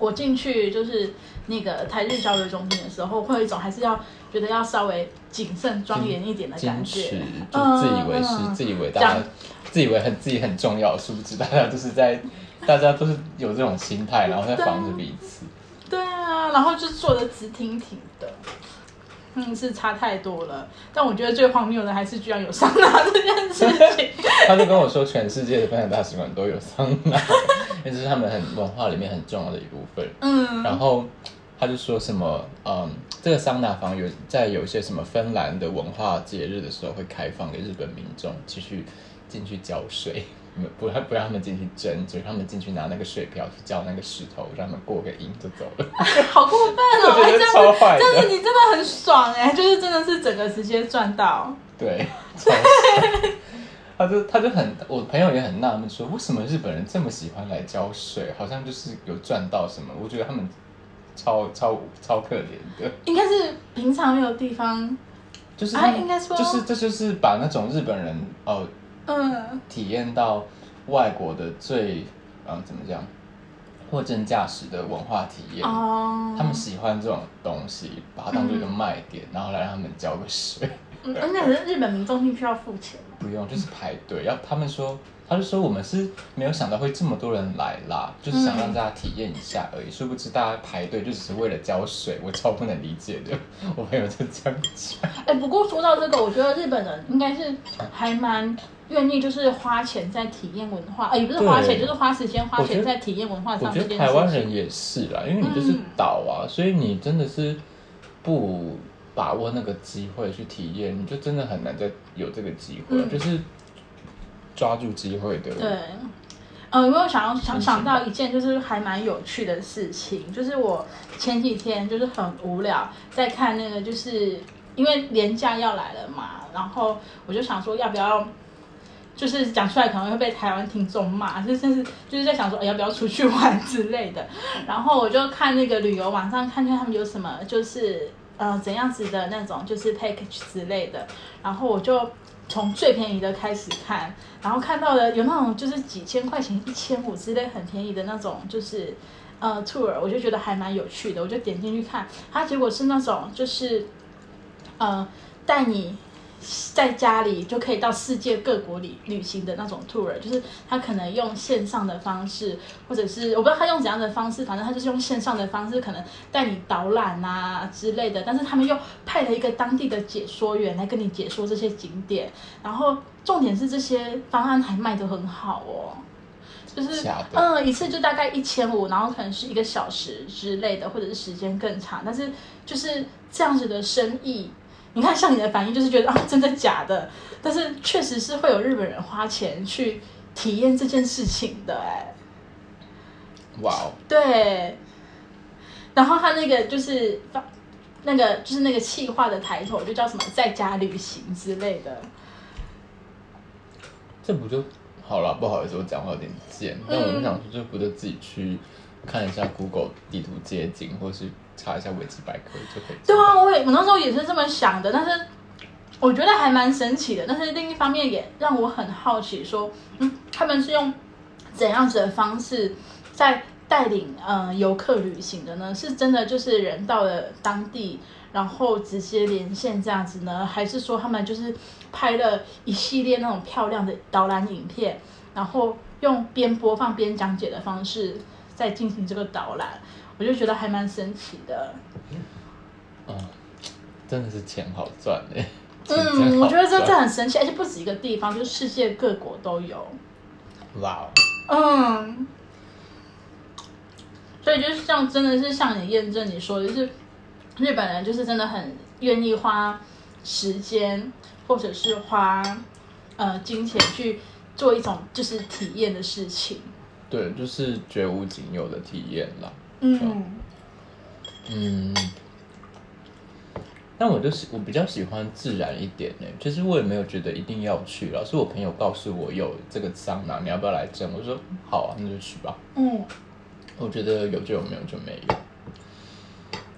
Speaker 2: 我进去就是那个台日交流中心的时候，会有一种还是要觉得要稍微谨慎庄严一点的啊感
Speaker 1: 矜持
Speaker 2: 觉。，
Speaker 1: 就自以为是，
Speaker 2: 嗯嗯
Speaker 1: 自以为大
Speaker 2: 这
Speaker 1: 家
Speaker 2: 样，
Speaker 1: 自以为很自己很重要，殊不知大家都是 在，大家都是有这种心 态，然后在防着彼此。
Speaker 2: 对啊，然后就坐的直挺挺的，嗯，是差太多了。但我觉得最荒谬的还是居然有桑拿这件事 情。
Speaker 1: 他就跟我说，全世界的芬兰大使馆都有桑拿， 因为这是他们很文化里面很重要的一部分。
Speaker 2: 嗯
Speaker 1: 然后他就说什么，嗯，这个桑拿房有在有一些什么芬兰的文化节日的时候会开放给日本民众继续进去浇水，没不让不让他们进去蒸，只是他们进去拿那个水瓢去浇那个石头，让他们过个瘾就走了。
Speaker 2: 好过分 哦！
Speaker 1: 我觉
Speaker 2: 哎
Speaker 1: 得
Speaker 2: 这样
Speaker 1: 超坏
Speaker 2: 子，
Speaker 1: 的
Speaker 2: 这样子你真的很爽哎、就是真的是整个直接赚到。
Speaker 1: 对，超爽他就他就很，我朋友也很纳闷说，为什么日本人这么喜欢来浇水，好像就是有赚到什么？我觉得他们超超超可怜的，
Speaker 2: 应该是平常没有地方，
Speaker 1: 就是
Speaker 2: 啊
Speaker 1: 他们
Speaker 2: 应该说
Speaker 1: 就是这就是把那种日本人哦、呃
Speaker 2: 嗯
Speaker 1: 体验到外国的最呃怎么讲货真价实的文化体验。
Speaker 2: 哦，嗯
Speaker 1: 他们喜欢这种东西，把它当做一个卖点，然后来让他们浇个水。
Speaker 2: 哦嗯而且日本民众必须要付钱嘛。
Speaker 1: 不用，就是排队。要他们说，他就说我们是没有想到会这么多人来啦，就是想
Speaker 2: 嗯
Speaker 1: 让大家体验一下而已，殊不知大家排队就只是为了交水，我超不能理解的。 我朋友就这样讲，
Speaker 2: 哎、不过说到这个，我觉得日本人应该是还蛮愿意，就是花钱在体验文化，哎、也不是花钱，
Speaker 1: 对
Speaker 2: 就是花时间、花
Speaker 1: 我觉
Speaker 2: 钱
Speaker 1: 得
Speaker 2: 在体验文化
Speaker 1: 我
Speaker 2: 上
Speaker 1: 觉
Speaker 2: 这
Speaker 1: 得
Speaker 2: 件
Speaker 1: 台湾
Speaker 2: 事
Speaker 1: 人
Speaker 2: 情。嗯
Speaker 1: 也是啦，因为你就是岛啊，所以你真的是不把握那个机会去体验，你就真的很难再有这个机会，啊
Speaker 2: 嗯
Speaker 1: 就是抓住机会的。
Speaker 2: 对，呃，因为我想要想
Speaker 1: 嗯
Speaker 2: 想到一件就是还蛮有趣的事情，就是我前几天就是很无聊，在看那个，就是因为年假要来了嘛，然后我就想说要不要。就是讲出来可能会被台湾听众骂，就是甚至就是在想说、哎要不要出去玩 之类的。然后我就看那个旅游网上看看他们有什么，就是呃怎样子的那种就是 package 之类的。然后我就从最便宜的开始看，然后看到了有那种就是几千块钱、一千五之类很便宜的那种，就是呃 tour，我就觉得还蛮有趣的，我就点进去看，它结果是那种就是呃带你。在家里就可以到世界各国旅旅行的那种 tour，就是他可能用线上的方式，或者是我不知道他用怎样的方式，反正他就是用线上的方式，可能带你导览啊之类的。但是他们又派了一个当地的解说员来跟你解说这些景点，然后重点是这些方案还卖得很好哦，就是
Speaker 1: 假的
Speaker 2: 嗯，一次就大概一千五，然后可能是一个小时之类的，或者是时间更长，但是就是这样子的生意。你看，像你的反应就是觉得啊，真的假的？但是确实是会有日本人花钱去体验这件事情的、哎，
Speaker 1: 哇哦，
Speaker 2: 对。然后他那个就是发那个就是那个气化的抬头，就叫什么在家旅行之类的。
Speaker 1: 这不就好了？不好意思，我讲话有点贱，
Speaker 2: 嗯
Speaker 1: 但我就想说，这不就自己去看一下 Google 地图街景，或是查一下维基百科就可以。
Speaker 2: 对啊，我也我那时候也是这么想的，但是我觉得还蛮神奇的。但是另一方面也让我很好奇说嗯，他们是用怎样子的方式在带领呃游客旅行的呢？是真的就是人到了当地，然后直接连线这样子呢，还是说他们就是拍了一系列那种漂亮的导览影片，然后用边播放边讲解的方式在进行这个导览？我就觉得还蛮神奇的。
Speaker 1: 嗯，真的是钱好赚哎、 钱真好
Speaker 2: 嗯，我觉得这
Speaker 1: 赚
Speaker 2: 这很神奇，而且不止一个地方，就是世界各国都有。
Speaker 1: 哇哦，
Speaker 2: 嗯，所以就是像真的是像你验证你说的，就是日本人就是真的很愿意花时间或者是花呃金钱去做一种就是体验的事情。
Speaker 1: 对，就是绝无仅有的体验啦。
Speaker 2: 嗯
Speaker 1: 嗯，但我就是我比较喜欢自然一点呢、其实我也没有觉得一定要去啦，是我朋友告诉我有这个桑拿，你要不要来蒸？我说好啊，那就去吧。
Speaker 2: 嗯，
Speaker 1: 我觉得有就有，没有就没有。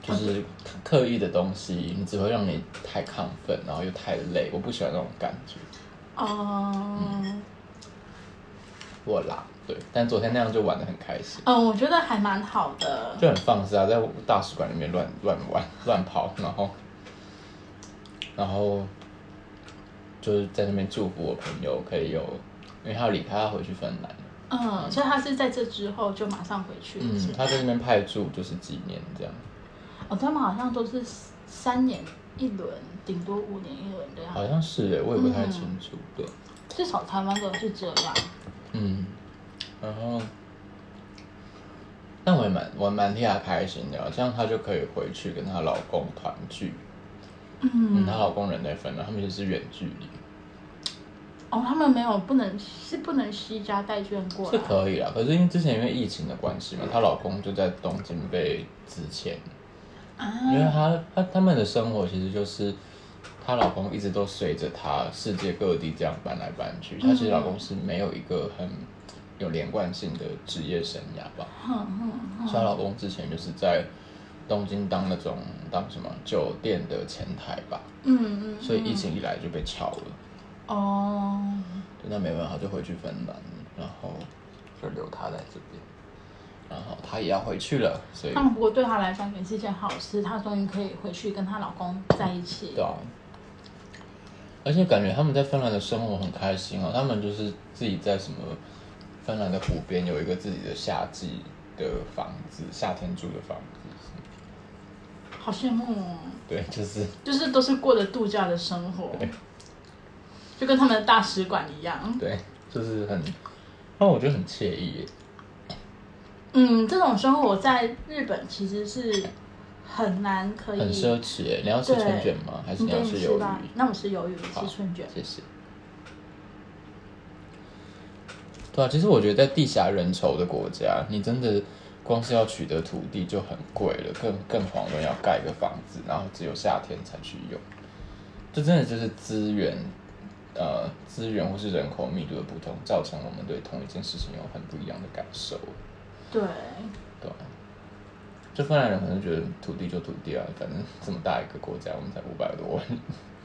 Speaker 1: 就是刻意的东西，你只会让你太亢奋，然后又太累。我不喜欢那种感觉，
Speaker 2: 哦、
Speaker 1: 我啦，对。但昨天那样就玩的很开心，
Speaker 2: 嗯，我觉得还蛮好的。
Speaker 1: 就很放肆啊，在大使馆里面乱乱玩、乱跑，然后，然后就是在那边祝福我朋友可以有，因为他要离开，他回去芬兰了。
Speaker 2: 嗯，所以他是在这之后就马上回去了，
Speaker 1: 嗯，
Speaker 2: 是吗
Speaker 1: 他在那边派驻就是几年这样，
Speaker 2: 哦，他们好像都是三年一轮，顶多五年一轮的样子。
Speaker 1: 好像是耶，我也不太清楚。对，
Speaker 2: 至少台湾都是这样。
Speaker 1: 嗯，然后，但我也蛮我蛮替她开心的，这样她就可以回去跟她老公团聚。嗯，
Speaker 2: 嗯，
Speaker 1: 她老公人在芬兰，他们就是远距离，
Speaker 2: 哦，他们没有不能是不能惜家带眷过
Speaker 1: 是
Speaker 2: 来。
Speaker 1: 可以啦。啊可是因为之前因为疫情的关系嘛，她老公就在东京被之前，因为
Speaker 2: 啊，
Speaker 1: 她她他们的生活其实就是。她老公一直都随着她世界各地这样搬来搬去，她其实老公是没有一个很有连贯性的职业生涯吧。
Speaker 2: 哼哼
Speaker 1: 所以她老公之前就是在东京当那种当什么酒店的前台吧，
Speaker 2: 嗯嗯。
Speaker 1: 所以疫情一来就被炒了，
Speaker 2: 哦，
Speaker 1: 对那没办法就回去芬兰，然后就留她在这边，然后她也要回去了，所以
Speaker 2: 但不过对她来讲也是一件好事，她终于可以回去跟她老公在一起
Speaker 1: 对。啊，啊而且感觉他们在芬兰的生活很开心啊，他们就是自己在什么芬兰的湖边有一个自己的夏季的房子，夏天住的房子，
Speaker 2: 好羡慕哦，
Speaker 1: 对，就是
Speaker 2: 就是都是过着度假的生活
Speaker 1: 对，
Speaker 2: 就跟他们的大使馆一样。
Speaker 1: 对，就是很，让我觉得很惬意耶。
Speaker 2: 嗯，这种生活在日本其实是很难可以。
Speaker 1: 很奢侈欸诶，你要吃
Speaker 2: 嗯对
Speaker 1: 春卷吗？还是你
Speaker 2: 你给
Speaker 1: 要
Speaker 2: 你
Speaker 1: 吃
Speaker 2: 吃
Speaker 1: 鱿
Speaker 2: 吧
Speaker 1: 鱼？，
Speaker 2: 那我吃鱿鱼，
Speaker 1: 好
Speaker 2: 吃春卷。
Speaker 1: 谢谢。对啊，其实我觉得在地狭人稠的国家，你真的光是要取得土地就很贵了，更更遑论要盖一个房子，然后只有夏天才去用，这真的就是资源，呃，资源或是人口密度的不同，造成我们对同一件事情有很不一样的感受，
Speaker 2: 对，
Speaker 1: 对啊、就芬兰人可能觉得土地就土地啊，反正这么大一个国家，我们才五百多万人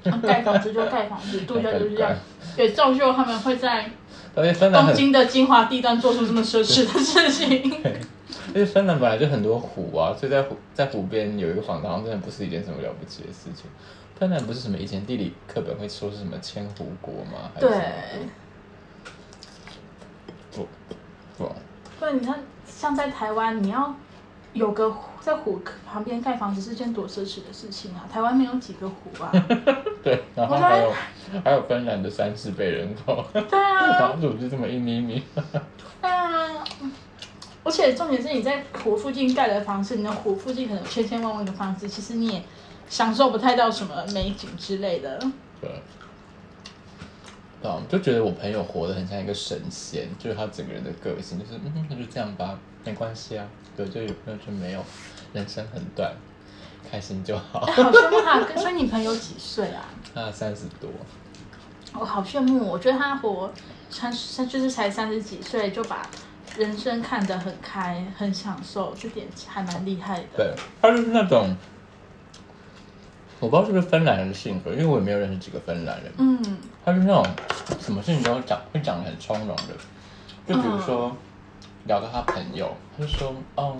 Speaker 2: 然后盖房子就盖 房子，度假就是这样
Speaker 1: 盖。
Speaker 2: 也造就他们会在
Speaker 1: 而且芬兰
Speaker 2: 东
Speaker 1: 很
Speaker 2: 京的精华地段做出这么奢侈的 事情。
Speaker 1: 因为芬兰本来就很多湖啊，所以在湖在湖边有一个房子，好像真的不是一件什么了不起的事情。芬兰不是什么以前地理课本会说是什么千湖国吗？还是
Speaker 2: 对
Speaker 1: 什么国不不，
Speaker 2: 对，你看，像在台湾，你要有个湖在湖旁边盖房子是件多奢侈的事情啊！台湾没有几个湖 啊。
Speaker 1: 对，然后
Speaker 2: 我觉得
Speaker 1: 还有还有芬兰的三四倍人口，
Speaker 2: 对啊，
Speaker 1: 然后就这么一咪咪，
Speaker 2: 对啊。而且重点是你在湖附近盖的房子，你的湖附近可能有千千万万个房子，其实你也享受不太到什么美景之类的。
Speaker 1: 对。对啊，就觉得我朋友活得很像一个神仙，就是他整个人的个性，就是嗯，那就这样吧，没关系啊，有就有，没有就没有，人生很短，开心就好。
Speaker 2: 哎， 好羡慕他！跟所以你朋友几岁啊？
Speaker 1: 他三十多，
Speaker 2: 我好羡慕，我觉得他活三三就是才三十几岁就把人生看得很开，很享受，这点还蛮厉害的。
Speaker 1: 对，他就是那种，我不知道是不是芬兰人的性格，因为我也没有认识几个芬兰人，
Speaker 2: 嗯，
Speaker 1: 他就是那种什么事情都讲会讲得很从容的，就比如说、聊到他朋友，他就说哦，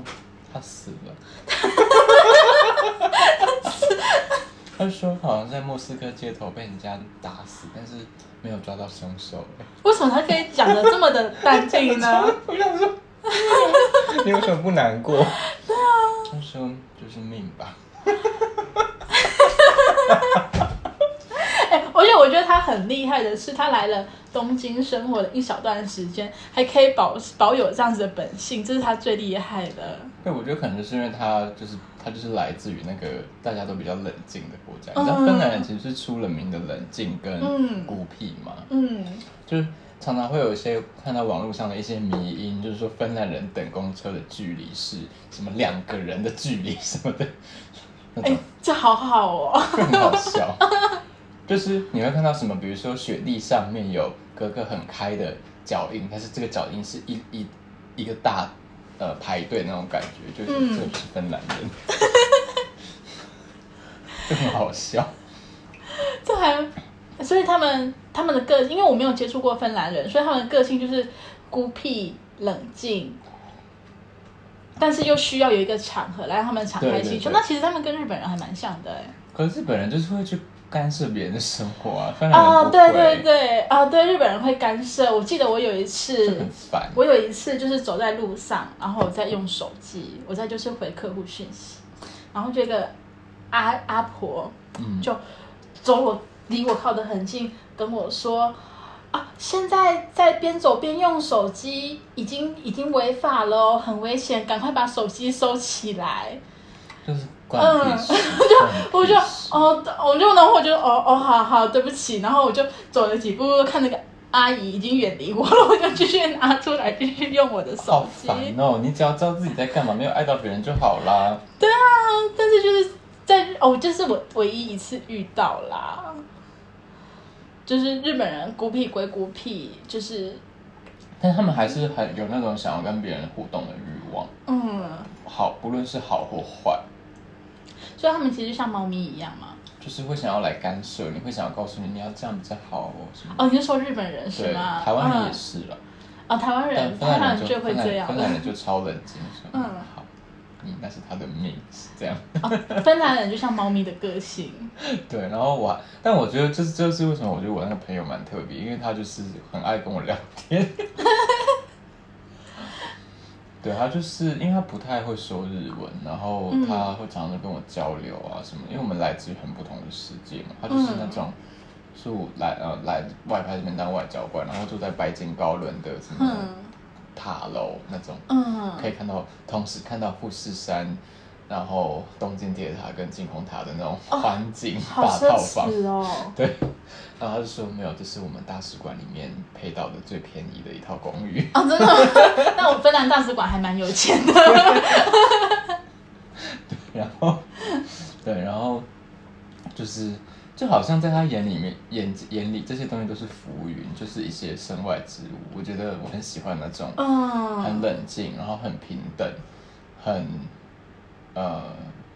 Speaker 1: 他死了，他就说好像在莫斯科街头被人家打死，但是没有抓到凶手、
Speaker 2: 为什么他可以讲的这么的淡定呢？
Speaker 1: 我想说，你为什么不难 过？对啊。他说就是命吧。
Speaker 2: 哎、而且我觉得他很厉害的是，他来了东京生活了一小段时间，还可以保保有这样子的本性，这是他最厉害的。
Speaker 1: 对，我觉得可能就是因为他就是他就是来自于那个大家都比较冷静的国家，
Speaker 2: 嗯
Speaker 1: 你知道芬兰人其实是出了名的冷静
Speaker 2: 嗯
Speaker 1: 跟孤僻嘛，
Speaker 2: 嗯，
Speaker 1: 就是常常会有一些看到网络上的一些迷因，就是说芬兰人等公车的距离是什么两个人的距离什么的，那
Speaker 2: 哎、
Speaker 1: 种
Speaker 2: 这好好哦。
Speaker 1: 就很好笑。就是你会看到什么，比如说雪地上面有格格很开的脚印，但是这个脚印是一一一个大呃排队那种感觉，就是、这
Speaker 2: 嗯
Speaker 1: 就是芬兰人，就很好笑。
Speaker 2: 这还，所以他们他们的个，因为我没有接触过芬兰人，所以他们的个性就是孤僻冷静，但是又需要有一个场合来让他们敞
Speaker 1: 对
Speaker 2: 开心
Speaker 1: 对
Speaker 2: 胸。
Speaker 1: 对
Speaker 2: 那其实他们跟日本人还蛮像的哎、
Speaker 1: 可是日本人就是会去干涉别人的生活啊，芬兰人
Speaker 2: 啊，
Speaker 1: 不会，
Speaker 2: 对对对，啊，对日本人会干涉。我记得我有一次
Speaker 1: 很，烦。
Speaker 2: 我有一次就是走在路上，然后我在用手机，我在就是回客户讯息，然后这个阿阿婆
Speaker 1: 嗯，
Speaker 2: 就走我离我靠得很近，跟我说啊，现在在边走边用手机，已经已经违法了哦，很危险，赶快把手机收起来。
Speaker 1: 就是关屁事。
Speaker 2: 嗯 我
Speaker 1: 关
Speaker 2: 就
Speaker 1: 屁事
Speaker 2: 哦，我就然后我就哦哦，好好，对不起，然后我就走了几步，看那个阿姨已经远离我了，我就 继续拿出来继续用我的
Speaker 1: 好
Speaker 2: 手机。
Speaker 1: 烦哦！你只要知道自己在干嘛，没有碍到别人就好啦。
Speaker 2: 对啊，但是就是在哦，就是我唯一一次遇到啦，就是日本人孤僻归孤僻，就是
Speaker 1: 但他们还是很有那种想要跟别人互动的欲望，
Speaker 2: 嗯，
Speaker 1: 好，不论是好或坏，
Speaker 2: 所以他们其实像猫咪一样嘛。
Speaker 1: 就是会想要来干涉，你会想要告诉你你要这样比较好哦什么的。
Speaker 2: 哦，你是说日本人是
Speaker 1: 对，
Speaker 2: 吗？
Speaker 1: 台湾人也
Speaker 2: 嗯。
Speaker 1: 是了，
Speaker 2: 哦，台湾
Speaker 1: 但
Speaker 2: 人，
Speaker 1: 芬
Speaker 2: 台
Speaker 1: 兰人
Speaker 2: 湾人
Speaker 1: 就
Speaker 2: 最会
Speaker 1: 芬
Speaker 2: 这
Speaker 1: 兰
Speaker 2: 样
Speaker 1: 芬兰人就超冷静，说
Speaker 2: 嗯
Speaker 1: 好，意，那是它的命，是这样。
Speaker 2: 芬兰人就像猫咪的个性，
Speaker 1: 对，然后我还，但我觉得这这是为什么？我觉得我那个朋友蛮特别，因为他就是很爱跟我聊天。对他就是因为他不太会说日文，然后
Speaker 2: 嗯
Speaker 1: 他会常常跟我交流啊什么，因为我们来自于很不同的世界嘛。他就是那
Speaker 2: 嗯
Speaker 1: 种，是我来呃来外派这边当外交官，然后住在白金高伦的什么
Speaker 2: 嗯
Speaker 1: 塔楼那种，
Speaker 2: 嗯
Speaker 1: 可以看到同时看到富士山，然后东京铁塔跟金空塔的那种
Speaker 2: 哦
Speaker 1: 环境、
Speaker 2: 好
Speaker 1: 大
Speaker 2: 奢
Speaker 1: 套房。
Speaker 2: 侈哦。
Speaker 1: 对，然后他就说没有，这是我们大使馆里面配到的最便宜的一套公寓。
Speaker 2: 哦，真的吗？那我芬兰大使馆还蛮有钱的。
Speaker 1: 然后，对，然后就是就好像在他眼里面眼眼里这些东西都是浮云，就是一些身外之物。我觉得我很喜欢那种很
Speaker 2: 嗯，
Speaker 1: 冷静，然后很平等，很呃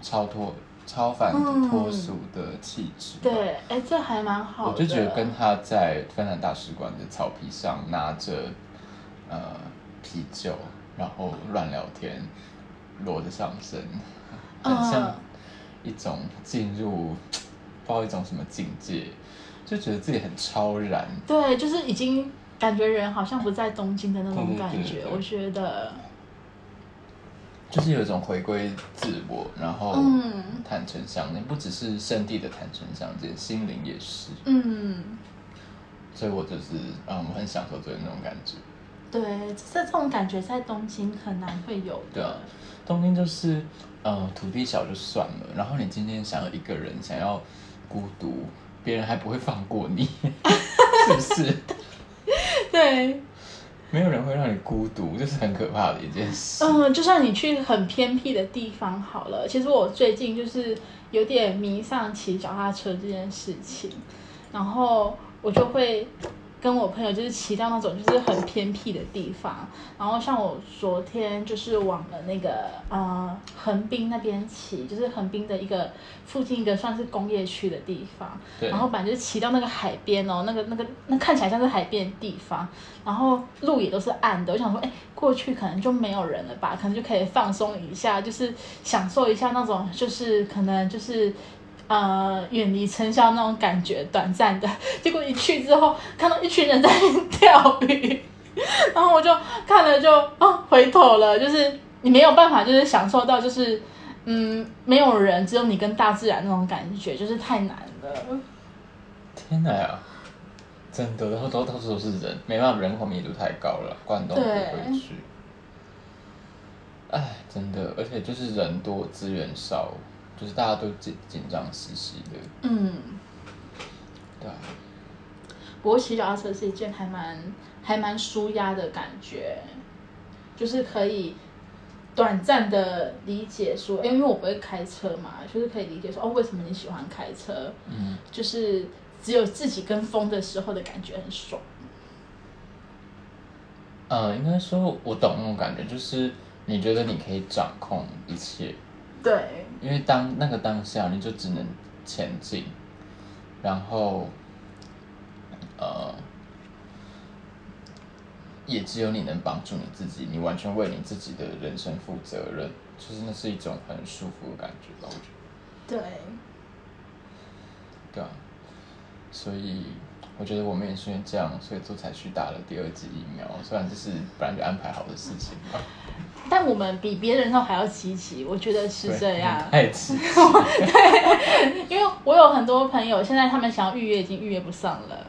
Speaker 1: 超脱超凡
Speaker 2: 嗯
Speaker 1: 脱俗的气质。
Speaker 2: 对，哎，这还蛮好
Speaker 1: 我
Speaker 2: 的。
Speaker 1: 就觉得跟他在芬兰大使馆的草皮上拿着呃啤酒，然后乱聊天，裸着上身，很像
Speaker 2: 嗯
Speaker 1: 一种进入不知道一种什么境界，就觉得自己很超然。
Speaker 2: 对，就是已经感觉人好像不在东京的那种
Speaker 1: 对对对
Speaker 2: 感
Speaker 1: 对
Speaker 2: 觉。
Speaker 1: 对
Speaker 2: 我觉得，
Speaker 1: 就是有一种回归自我，然后
Speaker 2: 嗯
Speaker 1: 坦诚相见，不只是身体的坦诚相见，心灵也是。
Speaker 2: 嗯，
Speaker 1: 所以我就是，嗯，我很享受昨天那种感觉。
Speaker 2: 对，这这种感觉在东京很难会有
Speaker 1: 对啊
Speaker 2: 的。，
Speaker 1: 东京就是，呃，土地小就算了，然后你今天想要一个人，想要孤独，别人还不会放过你， 是不是？
Speaker 2: 对，
Speaker 1: 没有人会让你孤独，这是很可怕的一件事。
Speaker 2: 嗯，就算你去很偏僻的地方好了，其实我最近就是有点迷上骑脚踏车这件事情，然后我就会跟我朋友就是骑到那种就是很偏僻的地方，然后像我昨天就是往了那个呃横滨那边骑，就是横滨的一个附近一个算是工业区的地方，
Speaker 1: 对，
Speaker 2: 然后反正就骑到那个海边哦，那个那个那看起来像是海边的地方，然后路也都是暗的。我想说，哎，过去可能就没有人了吧，可能就可以放松一下，就是享受一下那种就是可能就是。呃，远离尘嚣那种感觉，短暂的。 结果一去之后，看到一群人在那边钓鱼，然后我就看了就啊回头了，就是你没有办法，就是享受到就是嗯没有人，只有你跟大自然那种感觉，就是太难了。
Speaker 1: 天哪呀，真的，然后都到处都是人，没办法，人口密度太高了，关东不会去。哎，真的，而且就是人多资源少，就是大家都紧紧张兮兮的，
Speaker 2: 嗯，
Speaker 1: 对啊、
Speaker 2: 不过骑脚踏车是一件还蛮还蛮舒压的感觉，就是可以短暂的理解说，因为我不会开车嘛，就是可以理解说哦，为什么你喜欢开车？
Speaker 1: 嗯，
Speaker 2: 就是只有自己跟风的时候的感觉很爽。
Speaker 1: 呃，应该说我懂那种感觉，就是你觉得你可以掌控一切，
Speaker 2: 对，
Speaker 1: 因为当那个当下你就只能前进，然后，呃，也只有你能帮助你自己，你完全为你自己的人生负责任，就是那是一种很舒服的感觉吧，我觉得，
Speaker 2: 对，
Speaker 1: 对啊，所以我觉得我们也是因为这样，所以就才去打了第二剂疫苗，虽然这是本来就安排好的事情吧，
Speaker 2: 但我们比别人都还要积极，我觉得是
Speaker 1: 对
Speaker 2: 这样。
Speaker 1: 太迟。嗯
Speaker 2: 因为我有很多朋友，现在他们想要预约已经预约不上了，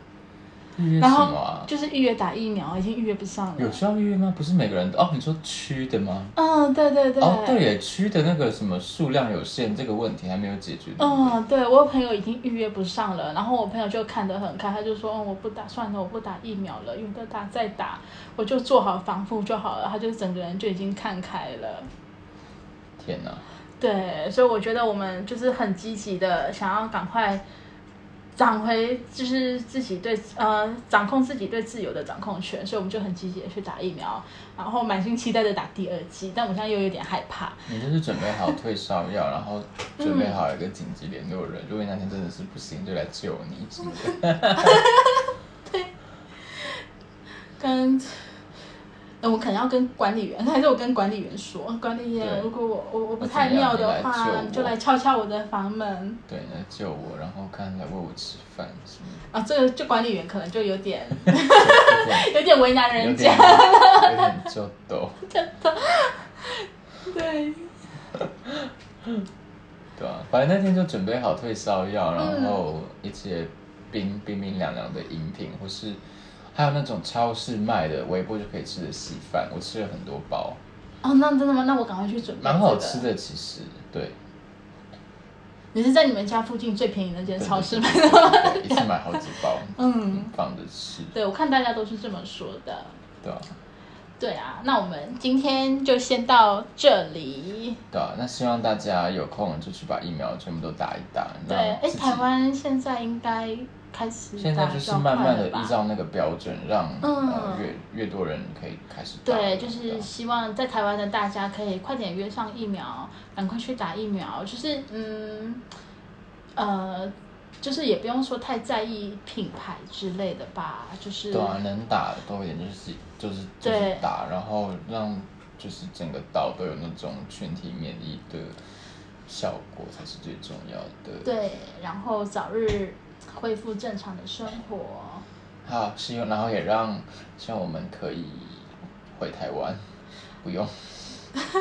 Speaker 1: 预约什
Speaker 2: 然
Speaker 1: 么
Speaker 2: 后
Speaker 1: 啊？
Speaker 2: 就是预约打疫苗已经预约不上
Speaker 1: 有
Speaker 2: 了。
Speaker 1: 需要预约吗？不是每个人都哦。你说区的吗？
Speaker 2: 嗯，对对对。
Speaker 1: 哦，对耶，区的那个什么数量有限这个问题还没有解决。对不对，
Speaker 2: 嗯，对我有朋友已经预约不上了，然后我朋友就看得很开，他就说、嗯、我不打算了，我不打疫苗了，因为都打再打，我就做好防护就好了。他就整个人就已经看开了。
Speaker 1: 天哪，
Speaker 2: 对，所以我觉得我们就是很积极的想要赶快掌回，就是自己对呃掌控自己对自由的掌控权，所以我们就很积极的去打疫苗，然后满心期待的打第二剂，但我现在又有点害怕。
Speaker 1: 你就是准备好退烧药，然后
Speaker 2: 嗯
Speaker 1: 准备好一个紧急联络人，如果你那天真的是不行，就来救你之类的。
Speaker 2: 跟那呃我可能要跟管理员，还是我跟管理员说，管理员
Speaker 1: 对，
Speaker 2: 如果我我我不
Speaker 1: 我
Speaker 2: 太
Speaker 1: 怎样
Speaker 2: 妙的
Speaker 1: 你来救
Speaker 2: 话，
Speaker 1: 我
Speaker 2: 你就来敲敲我的房门
Speaker 1: 对，来救我，然后看来喂我吃饭什么
Speaker 2: 啊。这个就管理员可能就有点
Speaker 1: 的，有点
Speaker 2: 有点为难
Speaker 1: 有
Speaker 2: 人
Speaker 1: 点
Speaker 2: 家，
Speaker 1: 有点就抖，
Speaker 2: 对，
Speaker 1: 对啊，反正那天就准备好退烧药，
Speaker 2: 嗯
Speaker 1: 然后一些冰冰冰凉凉的饮品，或是还有那种超市卖的微波就可以吃的稀饭，我吃了很多包，
Speaker 2: 哦，那真的吗？那我赶快去准备、
Speaker 1: 蛮好吃。的其实，对，
Speaker 2: 你是在你们家附近最便宜的那间
Speaker 1: 对
Speaker 2: 超市
Speaker 1: 对
Speaker 2: 买
Speaker 1: 对
Speaker 2: 的吗？
Speaker 1: 对对一次买好几包，
Speaker 2: 嗯，
Speaker 1: 放着吃，
Speaker 2: 对，我看大家都是这么说的。
Speaker 1: 对啊，
Speaker 2: 对啊，那我们今天就先到这里。
Speaker 1: 对啊，那希望大家有空就去把疫苗全部都打一打，
Speaker 2: 对，
Speaker 1: 让
Speaker 2: 哎，
Speaker 1: 自己
Speaker 2: 台湾现在应该开始
Speaker 1: 现在
Speaker 2: 打
Speaker 1: 就是
Speaker 2: 比较
Speaker 1: 慢慢
Speaker 2: 快
Speaker 1: 的
Speaker 2: 了吧
Speaker 1: 依照那个标准，让、
Speaker 2: 嗯
Speaker 1: 呃越越多人可以开始打
Speaker 2: 对，
Speaker 1: 了。
Speaker 2: 就是
Speaker 1: 对
Speaker 2: 希望在台湾的大家可以快点约上疫苗，赶快去打疫苗。就是嗯，呃，就是也不用说太在意品牌之类的吧，就是
Speaker 1: 对啊，能打的多一点就是就是就是
Speaker 2: 对
Speaker 1: 打，然后让就是整个岛都有那种群体免疫的效果才是最重要的。
Speaker 2: 对，然后早日恢复正常的生活。
Speaker 1: 好，希啊望然后也让希望我们可以回台湾，不 用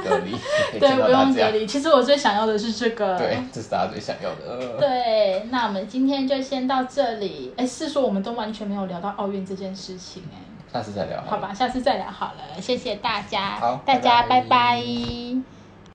Speaker 1: 隔离，可以
Speaker 2: 对，
Speaker 1: 见到
Speaker 2: 不
Speaker 1: 大
Speaker 2: 用隔
Speaker 1: 家。
Speaker 2: 离。其实我最想要的是这个。
Speaker 1: 对，这是大家最想要的。呃
Speaker 2: 对，那我们今天就先到这里。哎，是说我们都完全没有聊到奥运这件事情哎。
Speaker 1: 下次再聊。
Speaker 2: 好吧，下次再聊好了，谢谢大家，
Speaker 1: 好
Speaker 2: 大家
Speaker 1: 拜拜
Speaker 2: 拜拜